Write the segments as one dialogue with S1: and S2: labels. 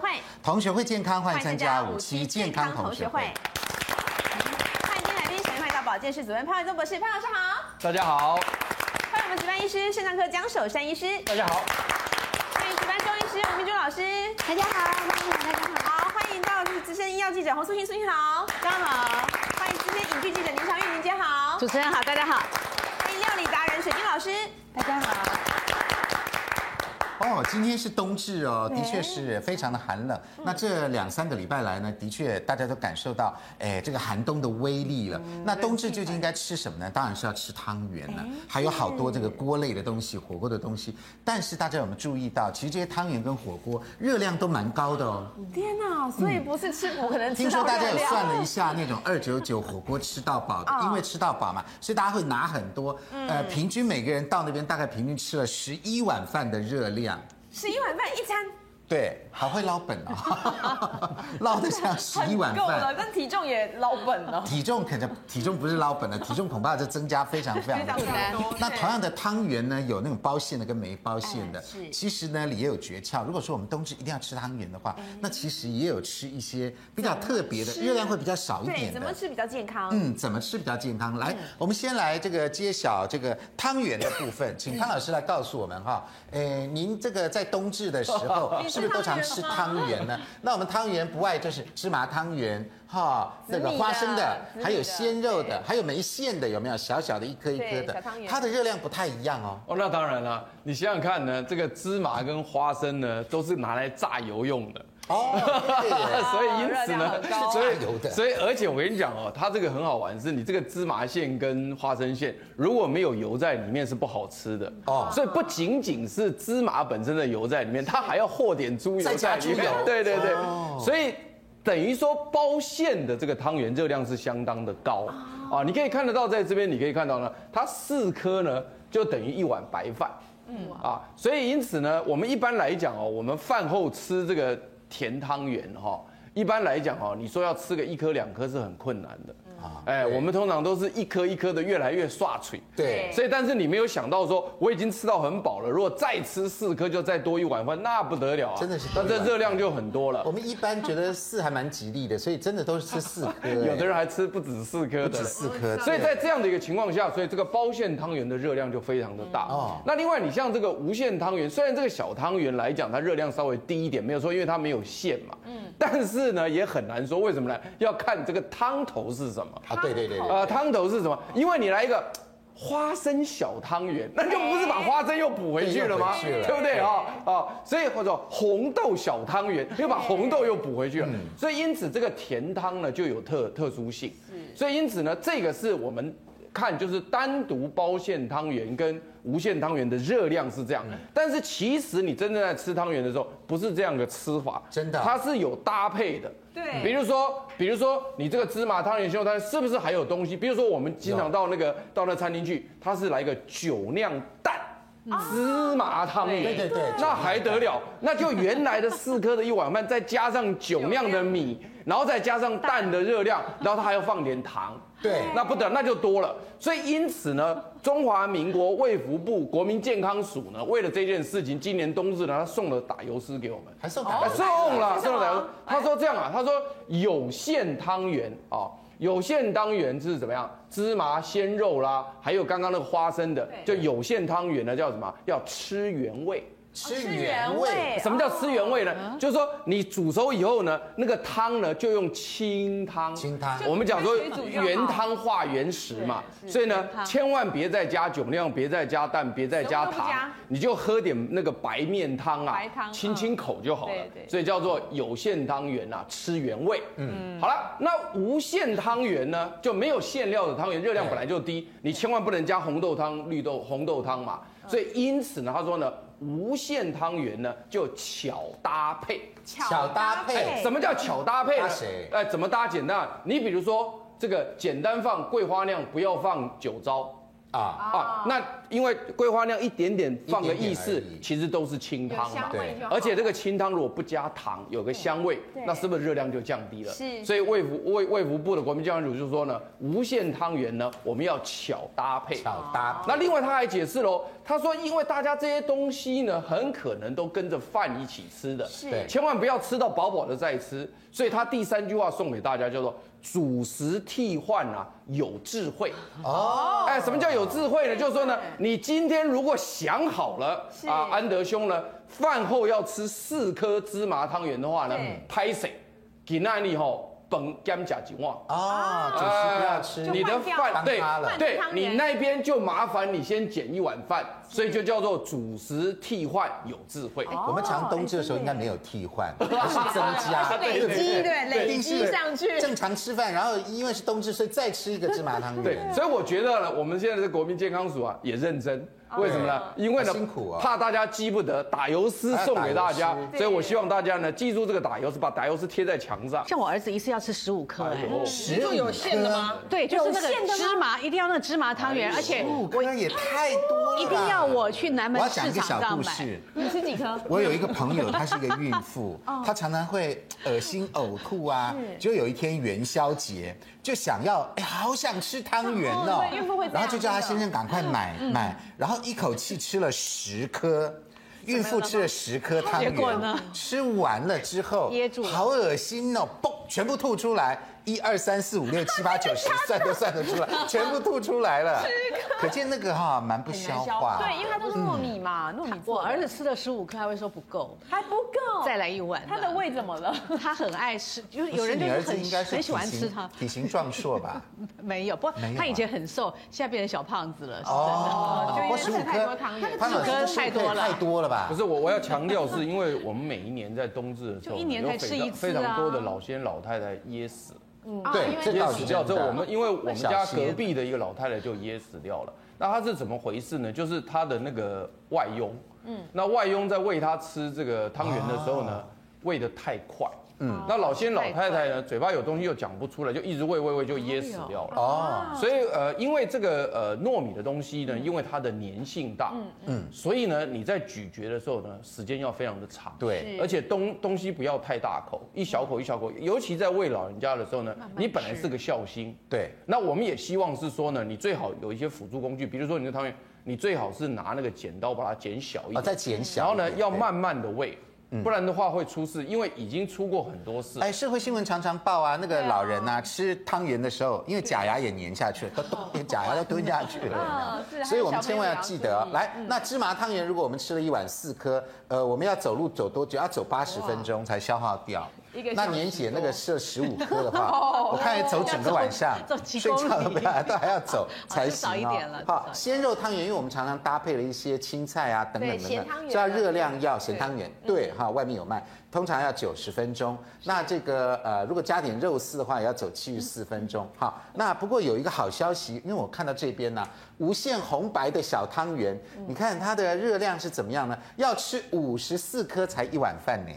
S1: 会，
S2: 同学会健康，欢迎参加五期健康同学会。
S1: 欢迎今天来宾神医外道保健室主任潘伟宗博士，潘老师好。
S3: 大家好，
S1: 欢迎我们值班医师肾脏科江守山医师，
S3: 大家好，
S1: 欢迎值班周医师吴明珠老师。
S4: 大家好，欢迎大家好。
S1: 好，欢迎到就是资深医药记者洪素欣，素欣好，大家好。欢迎资深影剧记者林长月，林姐好。
S4: 主持人好，大家好，
S1: 欢迎料理达人水晶老师。
S4: 大家好。
S2: 哦，今天是冬至哦，的确是非常的寒冷。那这两三个礼拜来呢，的确大家都感受到，哎，这个寒冬的威力了。那冬至究竟应该吃什么呢？当然是要吃汤圆了，还有好多这个锅类的东西、火锅的东西。但是大家有没有注意到，其实这些汤圆跟火锅热量都蛮高的哦。
S1: 天哪，所以不是吃补，可 能
S2: 听
S1: 吃
S2: 说
S1: 到
S2: 大家
S1: 热
S2: 有
S1: 量。嗯
S2: 算了一下那种二九九火锅吃到饱的，因为吃到饱嘛，所以大家会拿很多，呃，平均每个人到那边大概平均吃了十一碗饭的热量。
S1: 十一碗饭一餐，
S2: 对，好会捞本 哦，捞得像十一碗
S1: 够了，
S2: 饭。
S1: 跟体重也老本了。
S2: 体重可能体重不是捞本了，体重恐怕就增加非常非 常
S1: 非常多
S2: 多
S1: 对。
S2: 那同样的汤圆呢，有那种包馅的跟没包馅
S1: 嗯
S2: 的。
S4: 是
S2: 其实呢，也有诀窍。如果说我们冬至一定要吃汤圆的话，
S1: 嗯
S2: 那其实也有吃一些比较特别的，热量会比较少一
S1: 对，
S2: 点
S1: 怎么
S2: 的。
S1: 吃比较健康？
S2: 嗯，怎么吃比较健康？来，我们先来这个揭晓这个汤圆的部分，请潘老师来告诉我们哈。诶，您这个在冬至的时候
S1: 你吃
S2: 是不是都常吃汤圆呢？那我们汤圆不外就是芝麻汤圆哈，
S1: 紫米
S2: 那
S1: 的
S2: 个花生的
S1: 紫米，的
S2: 还有鲜肉的
S1: 对，
S2: 还有没馅的，有没有小小的一颗一颗
S1: 对小
S2: 的
S1: 汤圆？
S2: 它的热量不太一样哦。
S3: 哦，那当然了，你想想看呢，这个芝麻跟花生呢，都是拿来炸油用的，
S2: 哦，对耶
S3: 所以因此
S1: 哦热量
S3: 呢
S1: 很高，
S3: 所
S2: 是
S3: 以
S2: 炸油的
S3: 所以而且我跟你讲哦，它这个很好玩，是你这个芝麻馅跟花生馅如果没有油在里面是不好吃的
S2: 哦
S3: 哦，所以不仅仅是芝麻本身的油在里面，它还要和点猪油
S2: 再加
S3: 在里面
S2: 猪油，
S3: 对对对
S2: 哦，
S3: 所以等于说包馅的这个汤圆热量是相当的高
S2: 哦
S3: 啊，你可以看得到，在这边你可以看到呢，它四颗呢就等于一碗白饭，嗯啊，所以因此呢，我们一般来讲哦，我们饭后吃这个甜汤圆哈、一般来讲哦，你说要吃个一颗两颗是很困难的
S2: 啊
S3: 啊，哎，
S2: 对
S3: 我们通常都是一颗一颗的越来越刷嘴，
S2: 对
S3: 所以，但是你没有想到说，我已经吃到很饱了，如果再吃四颗，就再多一碗饭，那不得了啊！
S2: 真的是多
S3: 那
S2: 一碗
S3: 这热量就很多了
S2: 我。们一般觉得四还蛮吉利的，所以真的都是吃四颗耶，
S3: 有的人还吃不止四颗
S2: 不
S3: 的
S2: 止，四颗，
S3: 所以
S2: 对
S3: 在这样的一个情况下，所以这个包馅汤圆的热量就非常的大。
S2: 哦
S3: 哦，那另外你像这个无馅汤圆，虽然这个小汤圆来讲，它热量稍微低一点，没有说因为它没有馅嘛，嗯，但是呢也很难说，为什么呢？要看这个汤头是什么。
S2: 啊，对对对对。
S3: 啊，汤头是什么？因为你来一个花生小汤圆，那就不是把花生又补回去了吗？
S2: 对又补回去了哎
S3: 对不对啊？啊，所以或者红豆小汤圆又把红豆又补回去了，
S2: 嗯
S3: 所以因此这个甜汤呢就有特特殊性。所以因此呢，这个是我们。看，就是单独包馅汤圆跟无馅汤圆的热量是这
S2: 嗯
S3: 样，但是其实你真正在吃汤圆的时候，不是这样的吃法，
S2: 真的啊
S3: 它是有搭配的。
S1: 对
S3: 比如说，比如说你这个芝麻汤圆牛肉汤是不是还有东西？比如说我们经常到那
S2: 嗯
S3: 个到那餐厅去，它是来个酒酿蛋。芝麻汤圆，
S2: 哦对对对对
S3: 那还得了？那就原来的四颗的一碗饭，再加上酒酿的米，然后再加上蛋的热量，然后它还要放点糖，
S2: 嗯对
S3: 那不得那就多了。所以因此呢，中华民国卫福部国民健康署呢，为了这件事情，今年冬至呢，他送了打油诗给我们。
S2: 还送打
S3: 啊，
S2: 油
S3: 送了，
S1: 哦是
S3: 送
S1: 吗哎
S3: 了。他说这样啊，他说有馅汤圆啊，有馅汤圆是怎么样？芝麻鲜肉啦，还有刚刚那个花生的，就
S1: 对
S3: 有馅汤圆呢，叫什么？要吃原味。
S2: 吃
S1: 吃
S2: 原
S1: 原
S2: 味
S1: 味。哦
S3: 什么叫吃原味呢？就是说你煮熟以后呢，那个汤呢就用清汤，
S2: 清汤
S3: 我们讲说
S1: 就开水煮就好
S3: 原汤化原食嘛，
S1: 是是
S3: 所以呢
S4: 原汤，
S3: 千万别再加酒酿，别再加蛋，别再加
S1: 什么都不
S3: 糖
S1: 加，
S3: 你就喝点那个白面汤啊
S1: 白汤，嗯
S3: 清清口就好了
S1: 对对。
S3: 所以叫做有馅汤圆啊，吃原味。嗯，好了，那无馅汤圆呢，就没有馅料的汤圆，热量本来就低，你千万不能加红豆汤、绿豆红豆汤嘛。
S1: 嗯
S3: 所以因此呢，他说呢，无馅汤圆呢就巧搭配。
S2: 巧搭配
S3: 什么叫巧搭配
S2: 搭
S3: 呢
S2: 谁？
S3: 哎，怎么搭？简单啊，你比如说这个简单放桂花酿，不要放酒糟。
S2: 啊，
S3: 啊，那因为桂花酿一点点放个意
S2: 一点
S3: 式
S2: 点而已，
S3: 其实都是清
S1: 有
S3: 汤嘛
S1: 香。味
S2: 对
S1: 就好。
S3: 而且这个清汤如果不加糖，有个香味
S1: 对，
S3: 那是不是热量就降低了？
S4: 是
S3: 所以卫福卫卫福部的国民教育署就说呢，无限汤圆呢，我们要巧搭配。
S2: 巧搭
S3: 那另外他还解释喽，他说因为大家这些东西呢，很可能都跟着饭一起吃的，
S2: 对
S3: 千万不要吃到饱饱的再吃。所以他第三句话送给大家叫做“主食替换啊，有智慧”。
S2: 哦，
S3: 哎，什么叫有智慧呢？就是说呢，你今天如果想好了
S1: 嗯是
S3: 啊，安德兄呢，饭后要吃四颗芝麻汤圆的话呢
S1: 对，
S3: 拍谁？给那里吼，本干甲几万。
S2: 哦，主食不要
S5: 啊
S3: 哎
S2: 吃，
S3: 你的饭
S2: 当
S3: 对
S2: 它了
S3: 对
S1: 换汤
S3: 你
S1: 圆
S3: 那边就麻烦你先捡一碗饭，所以就叫做主食替换有智慧。
S5: 哦
S2: 我们常冬至的时候应该没有替换，而是增加，
S1: 累积对累积上去
S2: 正常吃饭，然后因为是冬至，所以再吃一个芝麻汤
S3: 对，
S5: 嗯
S2: 圆。
S3: 所以我觉得呢，我们现在的国民健康署啊也认真，
S5: 哦
S3: 为什么呢？因为呢，
S2: 好辛苦啊
S3: 怕大家记不得，打油诗送给大家
S2: 哎打油，
S1: 诗
S3: 所以我希望大家呢记住这个打油诗，把打油诗贴在墙上。
S5: 像我儿子一次要吃十五颗，哎，
S2: 食就有限的吗？
S5: 对，就是那
S1: 有限的
S5: 个
S1: 吗
S5: 芝麻，一定要那个芝麻汤圆，而且
S2: 哎五颗也太多了，
S5: 一定要我去南门
S2: 我要讲
S5: 市
S2: 一个
S5: 场
S2: 小
S5: 上
S2: 故
S5: 买。
S2: 事。
S1: 你吃几颗？
S2: 我有一个朋友，她是一个孕妇，她常常会恶心呕吐啊。就有一天元宵节，就想要，哎，好想吃汤圆哦
S1: 哦对孕妇会这样
S2: 然后就叫她先生赶快买买，然后一口气吃了十颗。孕妇吃了十颗汤圆，
S5: 结果呢
S2: 吃完了之后
S5: 噎住了
S2: 好恶心哦，嘣，全部吐出来，一二三四五六七八九十，算都算得出来，全部吐出来了。可见那个哈蛮不消化。
S1: 对，因为它都是糯米
S2: 嗯
S1: 嘛，糯米做
S5: 我
S1: 的
S5: 儿子吃了十五颗，他会说不够，
S1: 还不够，
S5: 再来一碗。
S1: 他的，胃怎么了？
S5: 他很爱吃，就是
S2: 不
S5: 有
S2: 是
S5: 人就
S2: 你
S5: 是
S2: 儿子应该
S5: 很
S2: 是
S5: 很喜欢
S2: 体型
S5: 吃它，
S2: 体型壮硕吧？
S5: 没有，不过
S2: 没有啊
S5: 他以前很瘦，现在变成小胖子了，是真的。
S2: 哦
S1: 就因为
S2: 我十五
S1: 吃太多
S2: 颗
S1: 糖圆
S2: 潘老师
S5: 那个
S2: 15
S5: 吃太多
S2: 颗也
S5: 了
S2: 太多了吧？
S3: 不是我，我要强调，是因为我们每一年在冬至的时候，
S5: 就一年才吃一次啊
S3: 有非常非常多的老先老太太噎死，
S1: 哦
S2: 对，这
S3: 噎
S2: 倒是
S3: 死掉之
S2: 真
S3: 后，
S2: 的
S3: 我们因为我们
S2: 小
S3: 家
S2: 心
S3: 隔壁的一个老太太就噎死掉了。那她是怎么回事呢？就是她的那个外佣，嗯，那外佣在喂她吃这个汤圆的时候
S2: 哦
S3: 呢，喂得太快，嗯，那老先老太太呢，嘴巴有东西又讲不出来，就一直喂喂喂，就噎死掉了。
S2: 哦，
S3: 所以呃，因为这个呃糯米的东西呢，因为它的粘性大，嗯嗯，所以呢，你在咀嚼的时候呢，时间要非常的长，
S2: 对
S3: 而且东东西不要太大口，一小口一小口，尤其在喂老人家的时候呢，你本来是个孝心，
S2: 对，
S3: 那我们也希望是说呢，你最好有一些辅助工具，比如说你的汤圆，你最好是拿那个剪刀把它剪小一
S2: 哦，
S3: 点，
S2: 再减
S3: 然
S2: 小
S3: 后
S2: 一点，
S3: 呢要
S2: 对。
S3: 慢慢的喂，不然的话会出事，因为已经出过很多事，
S2: 哎，社会新闻常常报啊，那个老人呐、吃汤圆的时候，因为假牙也粘下去 了，都都假牙都吞下去了
S5: 啊
S1: 嗯是还，有
S2: 所以我们
S1: 小朋
S2: 千
S1: 友
S2: 万
S1: 也
S2: 要
S1: 要
S2: 记
S1: 注
S2: 得哦
S1: 意。
S5: 嗯
S2: 来，那芝麻汤圆如果我们吃了一碗四颗，呃，我们要走路走多久？要走八十分钟才消耗掉
S1: 一个。
S2: 那
S1: 小时
S2: 年姐那个设十五颗的话， 我看走整个晚上，
S5: 走几
S2: 睡
S5: 公
S2: 觉都
S5: 里
S2: 不 要哎都还要走
S5: 好
S2: 才
S5: 就
S2: 行
S5: 早
S2: 哦。
S5: 一点了就早一
S2: 好，
S5: 点
S2: 鲜肉汤圆，因为我们常常搭配了一些青菜啊等等
S1: 对
S2: 等
S1: 咸汤
S2: 等，
S1: 圆
S2: 就要热量要咸汤圆，
S5: 嗯
S2: 对哈，外面有卖，通常要九十分钟。那这个呃，如果加点肉丝的话，也要走七十四分钟
S5: 嗯
S2: 哈。那不过有一个好消息，因为我看到这边呢、无限红白的小汤圆，
S5: 嗯
S2: 你看它的热量是怎么样呢？要吃五十四颗才一碗饭呢。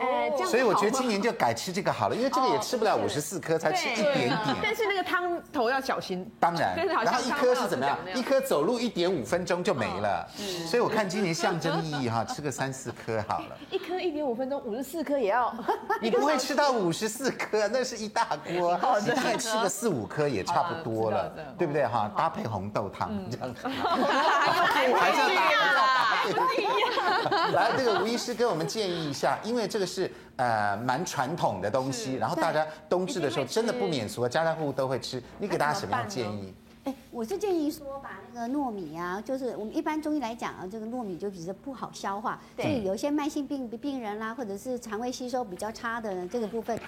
S1: 哎，这样
S2: 所以我觉得今年就改吃这个好了，因为这个也吃不了
S5: 哦
S2: 五十四颗，才吃一点点。
S1: 但是那个汤头要小心。
S2: 当然，
S1: 但是 好像
S2: 然后一颗是怎么样
S1: 刚刚老师讲那？样嗯
S2: 一颗走路一点五分钟就没了，所以我看今年象征意义哈，吃个三四颗好 了。
S1: 一颗一点五分钟，五十四颗也要。
S2: 你不会吃到五十四颗，那是一大锅， 你大概吃个四五颗也差不多
S1: 好
S2: 了
S1: 了知道知道，
S2: 对不对哈？搭配红豆汤 这样子， 还是要搭配红豆汤。来，这个吴医师给我们建议一下，因为这个是呃蛮传统的东西，然后大家冬至的时候真的不免俗，家家户户都会吃，你给大家什么样的建议？
S6: 哎，我是建议说，把那个糯米啊，就是我们一般中医来讲啊，这个糯米就比较不好消化，所以有一些慢性病病人啊啦、或者是肠胃吸收比较差的人，这个部分。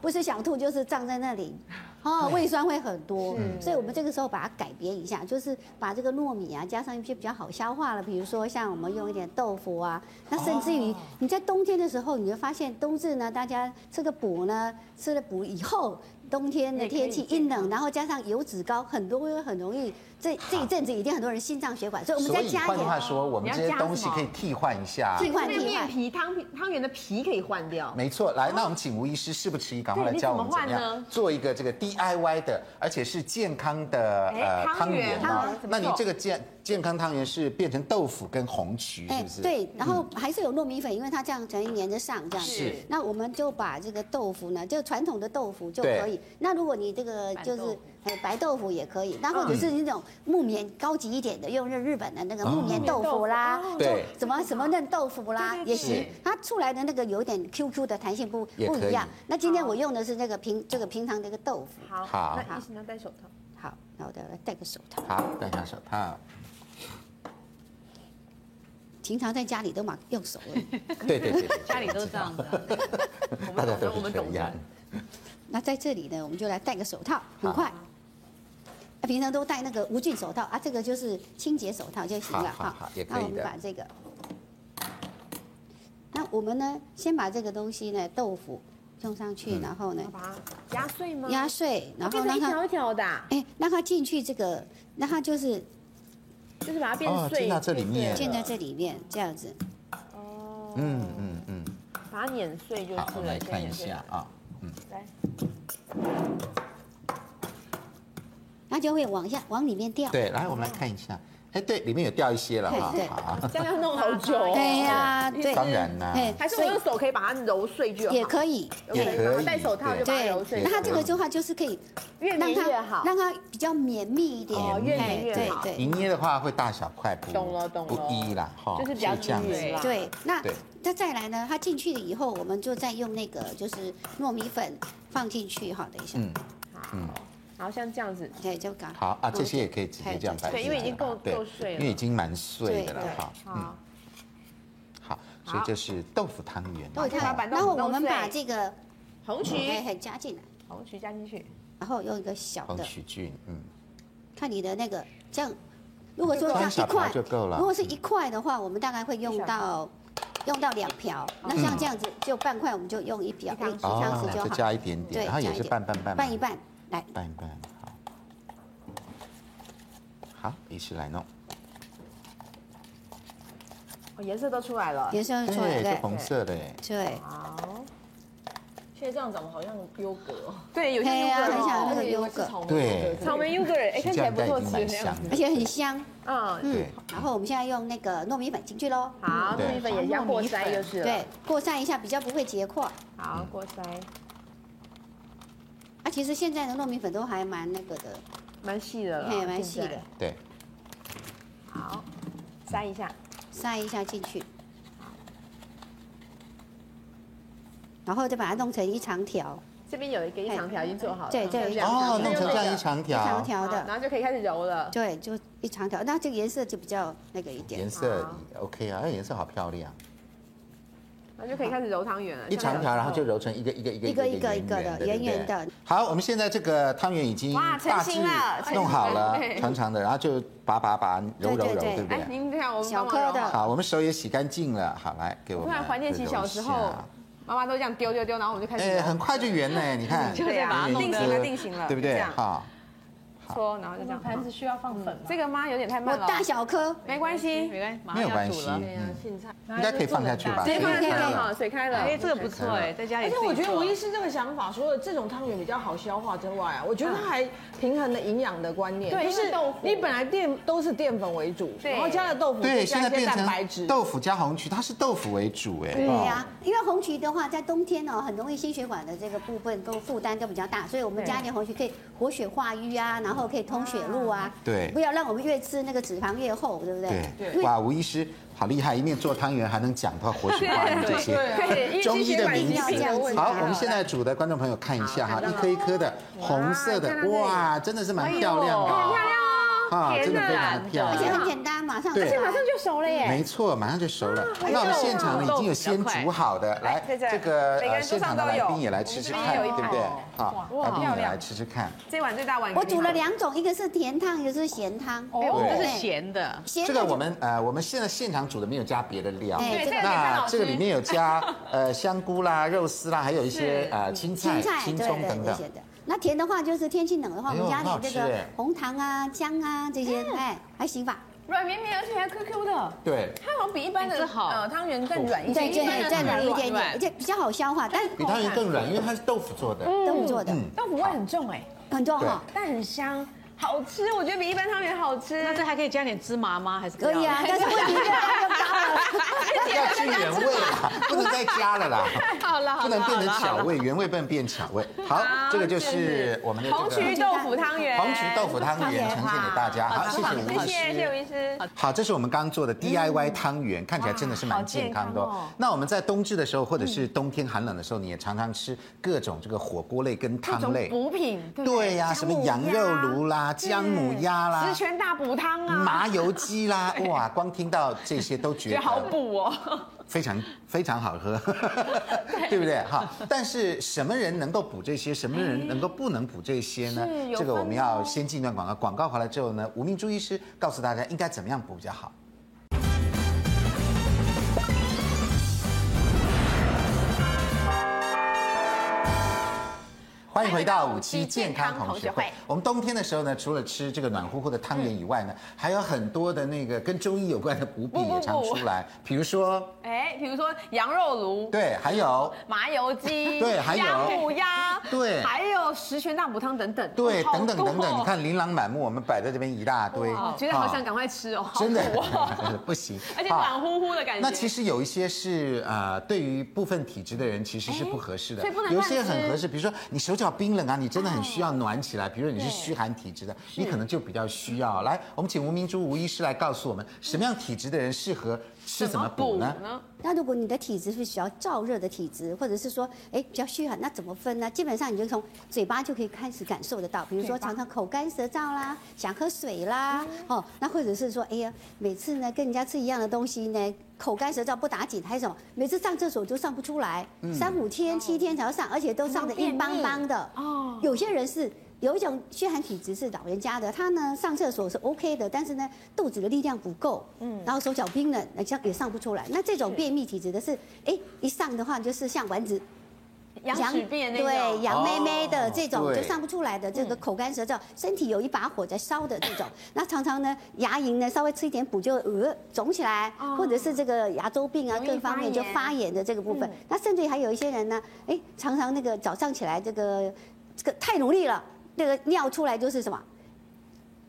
S6: 不是想吐就是胀在那里，哦，胃酸会很多，所以我们这个时候把它改变一下，就是把这个糯米啊加上一些比较好消化的，比如说像我们用一点豆腐啊，那甚至于你在冬天的时候，你会发现冬至呢，大家吃个补呢，吃了补以后。冬天的天气一冷，然后加上油脂高，很多会很容易这这一阵子一定很多人心脏血管，所以我们
S2: 所
S6: 再
S2: 以
S6: 加一
S2: 换句话
S6: 点
S2: 说，我们这些东西可以替换一下。
S6: 替换
S1: 那个
S6: 替
S1: 面
S6: 换。
S1: 皮汤汤圆的皮可以换掉。
S2: 没错，来，那我们请吴医师事不迟疑，赶快来教我们怎么
S1: 哦对你怎么换
S2: 样
S1: 呢
S2: 做一个这个低 DIY 的，而且是健康的
S1: 哎
S2: 呃
S1: 汤
S2: 汤
S1: 圆
S2: 圆吗
S6: 汤圆？
S1: 怎么
S2: 那
S1: 做
S2: 你这个健健康汤圆是变成豆腐跟红曲
S1: 哎
S2: 是不是？
S6: 哎对，然后还是有糯米粉，因为它这样才粘着上这样。
S2: 是。
S6: 那我们就把这个豆腐呢，就传统的豆腐就可以。那如果你这个就是
S5: 白豆腐
S6: 哎白豆腐也可以，那或者是那种木棉高级一点的，用那日本的那个木棉豆腐啦，
S2: 对
S6: 什么什么嫩豆腐啦
S1: 对对对
S6: 也
S2: 哦是
S6: 行。它出来的那个有点 QQ 的弹性不
S2: 也
S6: 不
S2: 可
S6: 一
S2: 以
S6: 样。那今天我用的是那个平这个平常的一个豆腐。
S1: 好，
S2: 好
S1: 那医生要戴手套。
S6: 好，那我再来戴个手套。
S2: 好，戴上手 套。
S6: 平常在家里都嘛用手而已。
S2: 对对对，对
S5: 家里都是这样 子啊，我
S2: 大
S5: 们
S2: 家
S5: 懂
S2: 都
S5: 得，我
S2: 是
S5: 们
S2: 这
S5: 懂
S2: 样
S5: 得。。
S6: 那在这里呢，我们就来戴个手套，很快。啊平常都戴那个无菌手套啊，这个就是清洁手套就行了
S2: 好好好也可以
S6: 那
S2: 的
S6: 我们把这个，那我们呢，先把这个东西呢，豆腐种上
S2: 嗯
S6: 去，然后呢
S1: 要把它压碎吗？
S6: 压碎，然
S1: 哦，
S6: 后
S1: 变成一
S6: 让
S1: 条
S6: 它
S1: 一条的啊，
S6: 哎，让它进去这个，让它就是
S1: 就是把它 变
S2: 哦
S1: 碎，
S2: 进到这里面
S1: 对
S6: 进到这里面这样子。
S1: 哦，
S2: 嗯嗯嗯，
S1: 把它碾碎就是了。
S2: 好，我们来
S1: 先
S2: 看一
S1: 碾碎
S2: 下啊。
S1: 来，
S6: 它就会往下往里面掉。
S2: 对，来我们来看一下。哎，对，里面有掉一些了哈
S6: 对。
S2: 好，
S1: 这样要弄好久哦。
S6: 对呀，对，
S2: 当然啦。
S6: 哎
S1: 还是我用手可以把它揉碎就好，
S6: 也可以。
S1: OK，
S2: 也可以
S1: 把它戴手套就把它
S6: 对
S1: 揉，碎。
S6: 那它这个的话就是可以
S1: 越
S6: 让
S1: 黏
S6: 它
S1: 越好。
S6: 让它比较绵密一点，
S1: 哦越黏越
S6: 哎
S1: 好
S6: 对
S2: 你
S6: 对
S2: 捏的话会大小块不
S1: 懂了懂了
S2: 不一啦哈，
S1: 就是比较
S2: 哦这样
S1: 均
S2: 子
S1: 匀。啦
S6: 对，那
S2: 对
S6: 那再来呢？它进去了以后，我们就再用那个就是糯米粉放进去哈，等一下，
S2: 嗯，
S1: 啊好，然后像这样子，
S6: 对，就搞
S2: 好啊，这些也可以直接这样摆进来了。
S1: 对因为已经够
S2: 对
S1: 够碎了
S2: 因为已经蛮碎的了
S6: 对对
S2: 哈。嗯，
S1: 好，
S2: 好，所以这是豆腐汤圆。
S6: 豆
S1: 把它
S6: 汤
S1: 把。
S6: 然后
S1: 弄
S6: 哎我们
S1: 碎
S6: 把这个
S1: 红
S6: 哎
S1: 曲，
S6: 哎加进来，
S1: 红曲加进去，
S6: 然后用一个小
S2: 黄
S6: 的，
S2: 曲菌，嗯，
S6: 看你的那个这样。如果说这
S2: 端
S6: 样
S2: 小
S6: 一
S2: 瓢
S6: 块，
S2: 就够了。
S6: 如果是一块的话，我们大概会用
S1: 一小
S6: 到用到两瓢。那像这样子，就半块我们就用一瓢，
S1: 一汤匙
S6: 一汤
S2: 哦
S6: 匙，就
S2: 就
S6: 好。
S2: 加一点点，
S6: 对
S2: 然后也
S6: 加一
S2: 是
S6: 点
S2: 拌拌拌嘛，
S6: 拌一拌，来，
S2: 拌一拌，好，好，一起来弄，
S1: 哦颜色都出来了。
S6: 颜色出来
S2: 是
S6: 对
S2: 红色
S1: 哎
S2: 的耶，
S6: 对，
S1: 好，
S5: 现在这样长得好像优格哦，
S1: 对，有些
S6: 对
S1: 优
S6: 呀
S1: 格
S6: 啊很想
S1: 哦
S6: 那个优格
S5: 草莓
S2: 对
S5: 优格
S1: 草莓优格，哎，看起来不错吃的
S2: 这
S1: 样
S2: 样
S1: 子
S2: 子
S6: 而。且很香，
S1: 嗯，
S6: 嗯
S2: 对。
S6: 然后我们现在用那个糯米粉进去喽，
S1: 好，
S2: 嗯对
S1: 糯米粉也要过筛
S2: 啊
S1: 就是了。
S6: 对，，过筛一下比较不会结块。
S1: 好，过筛，
S6: 啊，其实现在的糯米粉都还蛮那个的，
S1: 蛮细的了，
S6: 嘿，蛮细
S1: 现
S6: 的，
S2: 对，
S1: 在。好，筛一下，
S6: 筛一下进去，然后再把它弄成一长条，
S1: 这边有一个一长条已经做好了，
S6: 对对
S1: 就
S2: 哦，弄
S1: 就
S2: 成这样一
S1: 个啊
S2: 长
S6: 一长
S2: 条，
S6: 条
S1: 好然
S6: 的，
S1: 后就可以开始揉了。
S6: 对，就一长条。那这个颜色就比较那个一点
S2: 颜，色
S1: 好
S2: 也 OK 啊，哎颜色好漂亮，
S1: 然后就可以开始揉汤圆了。
S2: 一长条，然后就
S1: 揉。
S2: 揉成一个一个一个
S6: 嗯一个一个一个的，圆圆。
S2: 圆对不对
S6: 的，
S2: 好，我们现在这个汤圆已经
S1: 哇成
S2: 大致
S1: 型了成型了
S2: 弄好 了
S1: 对，
S2: 长长的，然后就拔拔拔，揉揉
S6: 对对
S2: 揉，
S6: 对
S2: 对不
S1: 哎，
S2: 对？
S1: 您这样我们
S6: 小
S1: 帮忙揉
S6: 颗的
S1: 好了
S2: 好，我们手也洗干净了，好来给我
S1: 突
S2: 们
S1: 然怀念起
S2: 揉一
S1: 小时候
S2: 下，
S1: 妈妈都这样丢丢丢，然后我们就开始
S2: 哎，
S1: 揉
S2: 很快就圆了，你 看，
S5: 就
S1: 对
S5: 是把
S1: 啊，
S5: 它弄
S1: 定型
S5: 得
S1: 了，定型了，
S2: 对不
S1: 这
S2: 对？
S1: 样
S2: 好，
S1: 搓，然后就这样。嗯
S5: 盘子需要放粉吗？
S1: 这个妈有点太
S6: 我
S1: 慢了，哦
S6: 大小颗，
S1: 没关系，
S5: 没关系，马
S2: 没有
S5: 上
S2: 关
S5: 要煮
S2: 系，
S5: 了。
S2: 嗯
S1: 芹菜，
S2: 应该可以放下去吧？
S1: 对，放下去
S2: 可以
S1: 了
S2: 放
S1: 哈，
S2: 了
S1: 水开了。
S5: 哎，这个不错哎，在家里
S7: 而
S5: 自
S7: 且
S5: 己做。
S7: 我觉得吴医师这个想法，除了这种汤圆比较好消化之外啊，我觉得它还平衡了营养的观念，
S1: 对
S7: 就
S1: 因为
S7: 是
S1: 豆腐
S7: 你本来淀都是淀粉为主，
S1: 对
S7: 然后加了豆腐，
S2: 对，
S7: 再
S2: 现
S7: 加
S2: 在
S7: 一些
S2: 变
S7: 蛋白
S2: 成
S7: 质。
S2: 豆腐加红曲，它是豆腐为主，哎，
S6: 对
S2: 哦
S6: 呀、因为红曲的话，在冬天哦，很容易心血管的这个部分都负担都比较大，所以我们加一点红曲可以活血化瘀啊，然后可以通血路啊。
S2: 对
S6: 不要让我们越吃那个脂肪越厚，对不对？
S2: 对，哇，吴医师好厉害，一面做汤圆还能讲到活血化瘀这
S1: 对因为
S2: 些中
S1: 心
S2: 医
S1: 血
S2: 的
S1: 管
S2: 名
S1: 疾病的问
S2: 词。
S1: 题啊
S2: 好，我们现在煮的观众朋友看一下哈，一颗一颗的红色
S1: 看
S2: 的，
S1: 到这里
S2: 哇，真的是蛮漂亮的，
S1: 漂亮哦，
S2: 啊，
S1: 甜
S2: 真
S1: 的
S2: 的非常的漂
S6: 而且
S2: 亮。
S6: 很简单，马上
S2: 对
S6: 就
S1: 马上就熟了耶。
S2: 没错，马上就熟了。
S1: 哎
S2: 那我们现场呢已经有先煮好的，来
S1: 在这
S2: 这个
S1: 每个人
S2: 呃
S1: 桌
S2: 现
S1: 上
S2: 场
S1: 都
S2: 的
S1: 有
S2: 来宾也来吃吃
S1: 我们这边有
S2: 看，对
S1: 一
S2: 不
S1: 盘
S2: 对？好，来宾也来吃吃看。
S1: 这碗最大碗给你，
S6: 我煮了两种，一个是甜汤，一个是咸汤。
S5: 哎，我们这
S2: 对
S5: 是咸的，
S6: 咸
S2: 这
S6: 的
S2: 个我们呃，我们现在现场煮的没有加别的料，
S6: 哎对这个
S1: 很
S2: 那
S1: 好吃
S2: 这个里面有加呃香菇啦、肉丝啦，还有一些
S1: 是
S2: 呃青
S6: 青
S2: 菜、
S6: 菜，对
S2: 青
S6: 对
S2: 葱等
S6: 对这
S2: 等
S6: 些。的。那甜的话，就是天气冷的话，
S2: 哎
S6: 我
S2: 呦
S6: 们加点
S2: 很好
S6: 这
S2: 吃
S6: 个
S2: 哎
S6: 红糖啊、姜啊这些，哎，还行吧。
S1: 软绵绵，而且还 QQ 的，
S2: 对，
S1: 它好像比一般
S5: 哎这
S1: 的
S5: 好
S1: 呃汤圆更软一
S6: 对，
S1: 点，
S6: 就
S1: 一般的
S6: 再软一点点，
S5: 软
S6: 而且比较好消化，但
S2: 比汤圆更软，因为它是豆腐做的。
S6: 都不做的。
S2: 嗯，
S1: 豆腐味很重哎，
S6: 很重哈。
S1: 但很香，好吃，我觉得比一般汤圆好吃。
S5: 那这还可以加点芝麻吗？还是不
S6: 可
S5: 要
S6: 以啊，但是问题是要搭了。
S2: 要去原味啦，不能再加了啦，
S5: 好了好
S2: 不
S5: 了
S2: 能
S5: 好
S2: 变
S5: 了
S2: 成
S5: 好
S2: 巧
S5: 了，
S2: 味，原味不能变巧味。好，这个就是我们的
S1: 红
S2: 这个
S1: 曲豆腐汤圆，
S2: 红曲豆腐汤圆呈现给大家。好，谢谢吴
S1: 谢谢
S2: 医
S1: 谢
S2: 师
S1: 谢。吴医师。
S2: 好，这是我们刚做的 DIY 汤圆，看起来真的是蛮健康的、
S1: 嗯哇好健嗯
S2: 哦。那我们在冬至的时候，或者是冬天寒冷的时候，你也常常吃各种这个火锅类跟汤类。
S1: 补品，对不对
S2: 对呀、什么羊肉炉啦、姜母鸭啦
S1: 十、全大补汤啊，
S2: 麻油 鸡啦，哇，光听到这些都觉
S1: 觉
S2: 得
S1: 得好补哦。
S2: 非常非常好喝， 对不对？哈，但是什么人能够补这些，什么人能够不能补这些呢
S1: 是？有
S2: 这个我
S1: 分
S2: 们
S1: 的
S2: 要先进一段广告，广告回来之后呢，吴明珠医师告诉大家应该怎么样补比较好。欢迎回到五期健康同学会。我们冬天的时候呢，除了吃这个暖乎乎的汤圆以外呢，还有很多的那个跟中医有关的补品
S1: 不不
S2: 也常
S1: 不
S2: 出来，比如说
S1: 哎，比如说羊肉炉。
S2: 对，还有
S1: 麻油鸡，
S2: 对还有
S1: 姜母鸭，
S2: 对
S1: 还有十全大补汤等等，
S2: 对，
S1: 好
S2: 等等等
S1: 多哦
S2: 等，你，看琳琅满目，我们摆在这边一大堆，
S1: 我觉得好想
S2: 啊
S1: 赶快吃哦，好
S2: 真的
S1: 补哦
S2: 不行，
S1: 而且
S2: 啊
S1: 暖乎乎的感觉。
S2: 那其实有一些是呃，对于部分体质的人其实是不合适
S1: 哎
S2: 的，
S1: 所以不能
S2: 有
S1: 乱
S2: 一些很
S1: 吃
S2: 合适，比如说你手脚冰冷啊，你真的很需要暖起来。比如说你是虚寒体质
S1: 哎
S2: 的，你可能就比较需要。来，我们请吴明珠吴医师来告诉我们，什么样体质的人适合吃怎么补呢？
S6: 那如果你的体质是比较燥热的体质，或者是说，哎，比较虚寒，那怎么分呢？基本上你就从嘴巴就可以开始感受得到，比如说常常口干舌燥啦，想喝水啦，哦，那或者是说，哎呀，每次呢跟人家吃一样的东西呢，口干舌燥不打紧，还有什么，每次上厕所就上不出来，三五天、七天才要上，而且都上的硬邦邦的。哦，有些人是。有一种虚寒体质是老人家的，他呢上厕所是 OK 的，但是呢肚子的力量不够，嗯，然后手脚冰冷，那像也上不出来。那这种便秘体质的是，哎，一上的话就是像丸子
S1: 羊
S6: 羊
S1: 屎便那
S6: 对
S1: 种，嗯
S6: 羊妹妹的
S2: 哦
S6: 这种
S2: 对
S6: 就上不出来的，这个口干舌燥，身体有一把火在烧的这 种，那常常呢牙龈呢稍微吃一点补就呃肿起来，或者是这个牙周病啊
S1: 哦容易
S6: 各方面就
S1: 发嗯
S6: 发炎的这个部分，那甚至于还有一些人呢，哎，常常那个早上起来这个这个太努力了，那个尿出来就是什么？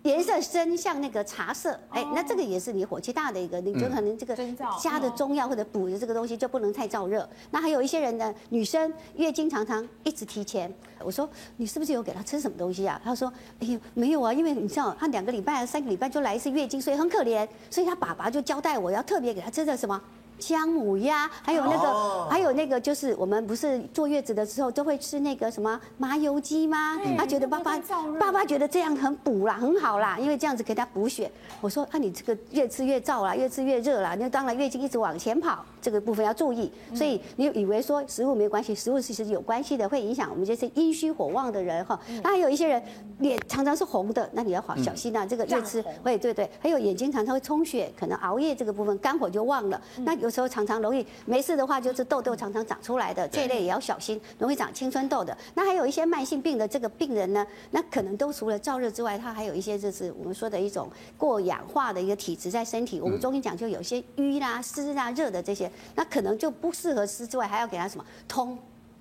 S6: 颜色深像那个茶色，哎，那这个也是你火气大的一个，你就可能这个
S1: 征兆
S6: 加的中药或者补的这个东西就不能太燥热。那还有一些人呢，女生月经常常一直提前，我说你是不是有给她吃什么东西啊？她说哎呦没有啊，因为你知道她两个礼拜、三个礼拜就来一次月经，所以很可怜，所以她爸爸就交代我要特别给她吃的什么。姜母鸭，还有那个，
S2: 哦
S6: 还有那个，就是我们不是坐月子的时候都会吃那个什么麻油鸡吗？他觉得爸爸爸爸觉得这样很补啦，很好啦，因为这样子给他补血。我说啊，你这个越吃越燥啦，越吃越热啦，那当然月经一直往前跑，这个部分要注意。所以你以为说食物没关系，食物其实有关系的，会影响我们这些阴虚火旺的人哈。那还有一些人脸常常是红的，那你要好小心啊，这个越吃会对对，还有眼睛常常会充血，可能熬夜这个部分肝火就旺了。那有时候常常容易没事的话，就是痘痘常常长出来的这一类也要小心，容易长青春痘的。那还有一些慢性病的这个病人呢，那可能都除了燥热之外，他还有一些就是我们说的一种过氧化的一个体质在身体。我们中医讲究有些瘀啦、湿啦、热的这些，那可能就不适合湿之外，还要给他什么通。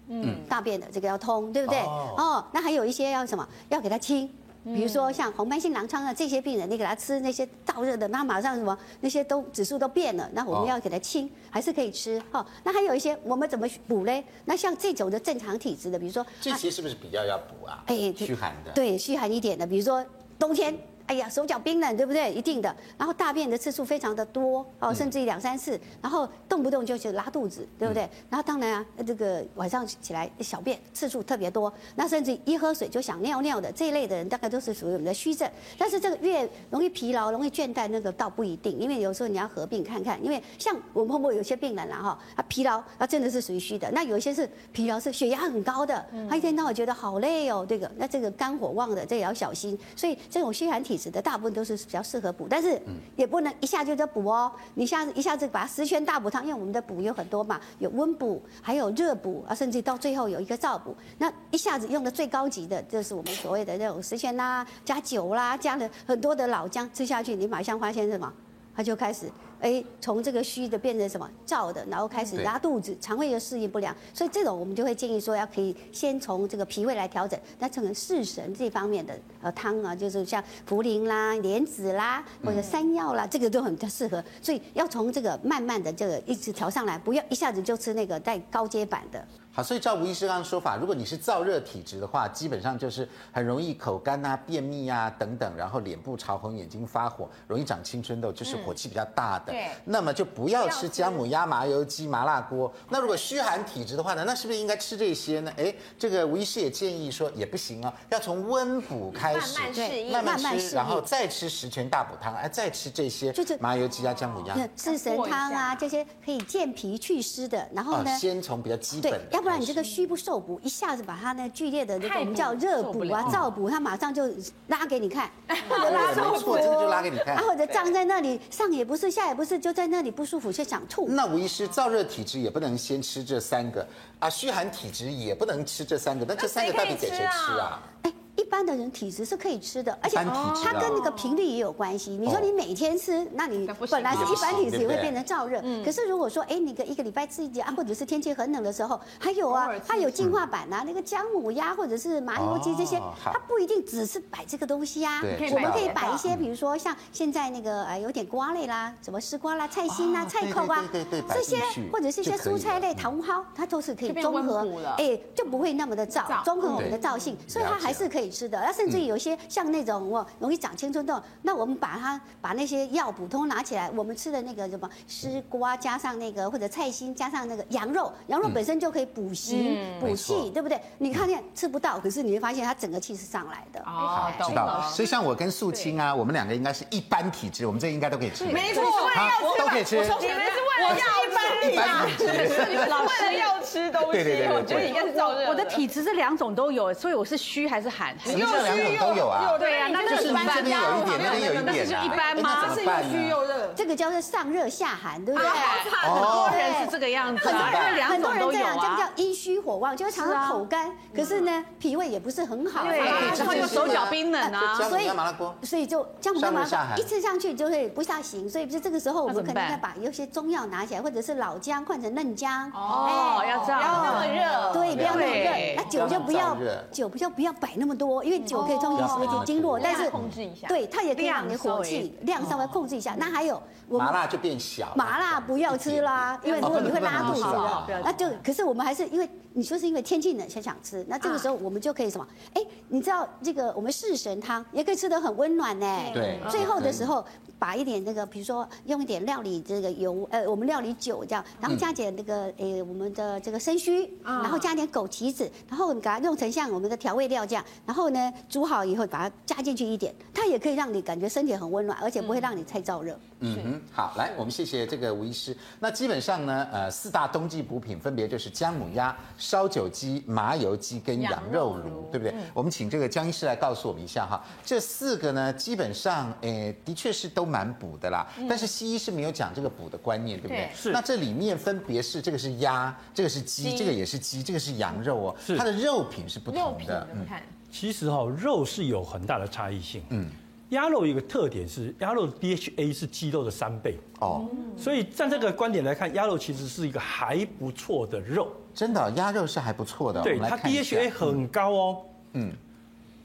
S6: 嗯，大便的这个要通，对不对？
S2: 哦
S6: 哦那还有一些要什么？要给他清。比如说像红斑性狼疮啊这些病人，你给他吃那些燥热的，那马上什么那些都指数都变了，那我
S2: 哦
S6: 们要给他清，还是可以吃哈、哦。那还有一些我们怎么补嘞？那像这种的正常体质的，比如说
S2: 这
S6: 啊
S2: 些是不是比较要补啊？
S6: 哎
S2: 虚寒的。
S6: 对，虚寒一点的，比如说冬天。哎呀，手脚冰冷，对不对？一定的。然后大便的次数非常的多哦，
S2: 嗯
S6: 甚至于两三次，然后动不动就是拉肚子，对不
S2: 嗯
S6: 对？然后当然啊，这个晚上起来小便次数特别多，那甚至一喝水就想尿尿的这一类的人，大概都是属于我们的虚症。但是这个越容易疲劳、容易倦怠，那个倒不一定，因为有时候你要合并看看，因为像我们碰过有些病人啦哈，他疲劳他真的是属于虚的，那有一些是疲劳是血压很高的，他一天到晚觉得好累哦，这个那这个肝火旺的这也要小心。所以这种虚寒体质的大部分都是比较适合补，但是也不能一下就在补哦，你一下子一下子把它十全大补汤，因为我们的补有很多嘛，有温补，还有热补啊，甚至到最后有一个燥补，那一下子用的最高级的，就是我们所谓的那种十全啦、加酒啦、加了很多的老姜吃下去，你马上发现什么？它就开始哎从这个虚的变成什么燥的，然后开始
S2: 对
S6: 拉肚子，肠胃又适应不良，所以这种我们就会建议说要可以先从这个脾胃来调整，那可能四神这方面的呃汤啊，就是像茯苓啦、莲子啦或者山药啦，这个都很适合，所以要从这个慢慢的这个一直调上来，不要一下子就吃那个带高阶版的。
S2: 好，所以照吴医师刚刚说法，如果你是燥热体质的话，基本上就是很容易口干啊、便秘啊等等，然后脸部潮红、眼睛发火，容易长青春痘，就是火气比较大的。
S1: 对
S2: 那么就不要吃姜母鸭、麻油鸡、麻辣锅。那如果虚寒体质的话呢，那是不是应该吃这些呢？哎，这个吴医师也建议说也不行哦，要从温补开始，
S1: 慢慢适应
S2: 慢慢
S6: 慢慢
S2: 吃，
S6: 适
S2: 然后
S6: 应
S2: 再吃十全大补汤，哎，再吃这些
S6: 就是
S2: 麻油鸡啊、姜母鸭。
S6: 那四神汤
S1: 过一下
S6: 啊，这些可以健脾祛湿的。然后
S2: 哦
S6: 呢，，
S2: 先从比较基本
S6: 对
S2: 的，
S6: 要不然你
S2: 开始
S6: 这个虚不受补，一下子把它那剧烈的那
S1: 太补
S6: 个我们叫热
S5: 受
S6: 补
S5: 不
S6: 啊、
S5: 了
S6: 燥补，它马上就拉给 你看，或者拉
S2: 对，没错，这个就拉给你看
S6: 啊，。或者胀在那里，上也不是，下也不是，就在那里不舒服，却想吐。
S2: 那吴医师，燥热体质也不能先吃这三个啊，虚寒体质也不能吃这三个，那这三个到底给谁吃啊？
S6: 哎，一般的人体质是可以吃的，而且
S2: 一般体质啊哦
S6: 它跟那个频率也有关系。你说你每天吃，那你
S5: 那不行
S6: 本来是一般体质
S2: 对不
S6: 会
S2: 对嗯
S6: 变成燥热，可是如果说哎，你个一个礼拜吃一节啊，或者是天气很冷的时候，还有啊
S5: 偶尔吃，
S6: 它有进化版啊，那个姜母鸭或者是麻油鸡这些
S2: 哦，好
S6: 它不一定只是摆这个东西啊。
S2: 对嗯
S6: 我们可以
S1: 知道
S6: 摆一些，比如说像现在那个呃有点瓜类啦，什么丝瓜啦、菜心啦、
S2: 哦
S6: 菜扣啊
S2: 对对对对对，摆
S6: 这
S2: 进
S6: 些
S2: 去
S6: 或者是一些
S2: 就可以了嗯
S6: 蔬菜类、茼蒿，它都是可以
S5: 就变温
S6: 综合
S5: 补了，
S6: 哎，就不会那么的燥，综合我们的
S2: 对
S6: 燥性，所以它
S2: 了嗯解
S6: 还是可以吃的。那甚至于有些像那种我容易长青春痘，那我们把它把那些药补通拿起来，我们吃的那个什么丝瓜加上那个或者菜心加上那个羊肉，羊肉本身就可以补形
S5: 嗯
S6: 补
S2: 嗯没错
S6: 气，对不对？你看见吃不到，可是你会发现它整个气是上来的。
S1: 啊
S5: 哦，
S2: 知道了。所以像我跟素清啊，我们两个应该是一般体质，我们这应该都可以吃。
S7: 没错，
S2: 啊，都可以吃。
S1: 你们是为了要
S2: 一 般啊体质，
S5: 老
S1: 为了要吃东
S2: 对对
S1: 西，
S2: 对
S1: 我
S2: 对
S1: 觉得你
S2: 对
S1: 应该是燥热。
S5: 我的体质这两种都有，所以我是虚还是寒？
S2: 你这两种都有啊。
S5: 对呀，那
S2: 就
S5: 那
S2: 是
S5: 一
S2: 你这
S5: 般
S2: 边有一点，那边有一
S5: 那
S2: 点
S5: 是就
S2: 啊，
S5: 一般
S2: 哎那
S5: 吗
S2: 怎
S7: 是
S2: 么
S7: 又
S2: 办
S7: 虚
S2: 呢？
S7: 又热。
S6: 这个叫做上热下寒，对不对？
S2: 哦
S5: 啊很多人是这个样子啊，
S2: 对
S5: 因为两
S6: 很多
S5: 种
S6: 人
S5: 都
S6: 这
S5: 有
S6: 样，这个
S5: 啊
S6: 叫。阴虚火旺，就是常
S5: 是啊
S6: 常口干，可是呢，脾胃也不是很好，
S5: 对
S2: 这个
S5: 然
S6: 常常
S5: 后
S2: 就
S5: 又
S2: 是
S5: 手脚冰冷啊
S6: 啊，
S2: 姜母
S6: 所以
S2: 鸭麻辣锅
S6: 所以就姜母鸭
S2: 上
S6: 麻
S2: 热下
S6: 辣
S2: 寒
S6: 锅一吃上去就会不下行，所以就这个时候我
S5: 那
S6: 们
S5: 怎么
S6: 可
S5: 办
S6: 能要把有些中药拿起来，或者是老姜换成嫩姜。
S5: 哦，要这
S1: 不要那么
S5: 样。
S1: 热，
S6: 对，不要那么热
S5: 对。
S6: 那酒就不
S2: 不要那
S6: 要
S2: 么燥热
S6: 酒不要不要摆那么多，因为酒可以通过血液经络，但是
S1: 控制一下。，
S6: 对它也可以让你
S5: 量稍微
S6: 火气量稍微控制一下。那还有我们
S2: 麻辣就变小了，
S6: 麻辣不要吃啦，
S2: 一点
S6: 因为如果你会拉肚子
S2: 哦不能不能不能吃啊，
S6: 的那就可是我们还是因为你说是因为天气冷才想吃，那这个
S2: 啊
S6: 时候我们就可以什么？哎，你知道这个我们四神汤也可以吃得很温暖呢。
S2: 对
S6: 最后的时候把一点那个，比如说用一点料理这个油，呃，我们料理酒这样，然后加点那个呃我们的这个生须，
S2: 啊
S6: 然后加点枸杞子，然后我们给它弄成像我们的调味料这样，然后呢煮好以后把它加进去一点，它也可以让你感觉身体很温暖，而且不会让你太燥热。
S2: 嗯哼，好，来，我们谢谢这个吴医师。那基本上呢，呃，四大冬季补品分别就是姜母鸭、烧酒鸡、麻油鸡跟羊肉炉，对不对？我们请这个姜医师来告诉我们一下哈，这四个呢，基本上，诶、的确是都蛮补的啦。但是西医是没有讲这个补的观念，对不对
S1: 对？
S2: 是。那这里面分别是这个是鸭，这个是鸡，这个也是鸡，这个是羊肉哦，它的肉品是不
S1: 肉
S2: 同
S1: 品
S2: 的。嗯
S1: 怎么看？
S8: 其实哈、肉是有很大的差异性。嗯，鸭肉有一个特点是，鸭肉的 DHA 是鸡肉的三倍，
S2: 哦，
S8: 所以站这个观点来看，鸭肉其实是一个还不错的肉。
S2: 真的哦、鸭肉是还不错的哦、
S8: 对，
S2: 我们
S8: 它
S2: 来看一下
S8: DHA 很高哦。
S2: 嗯
S8: 嗯，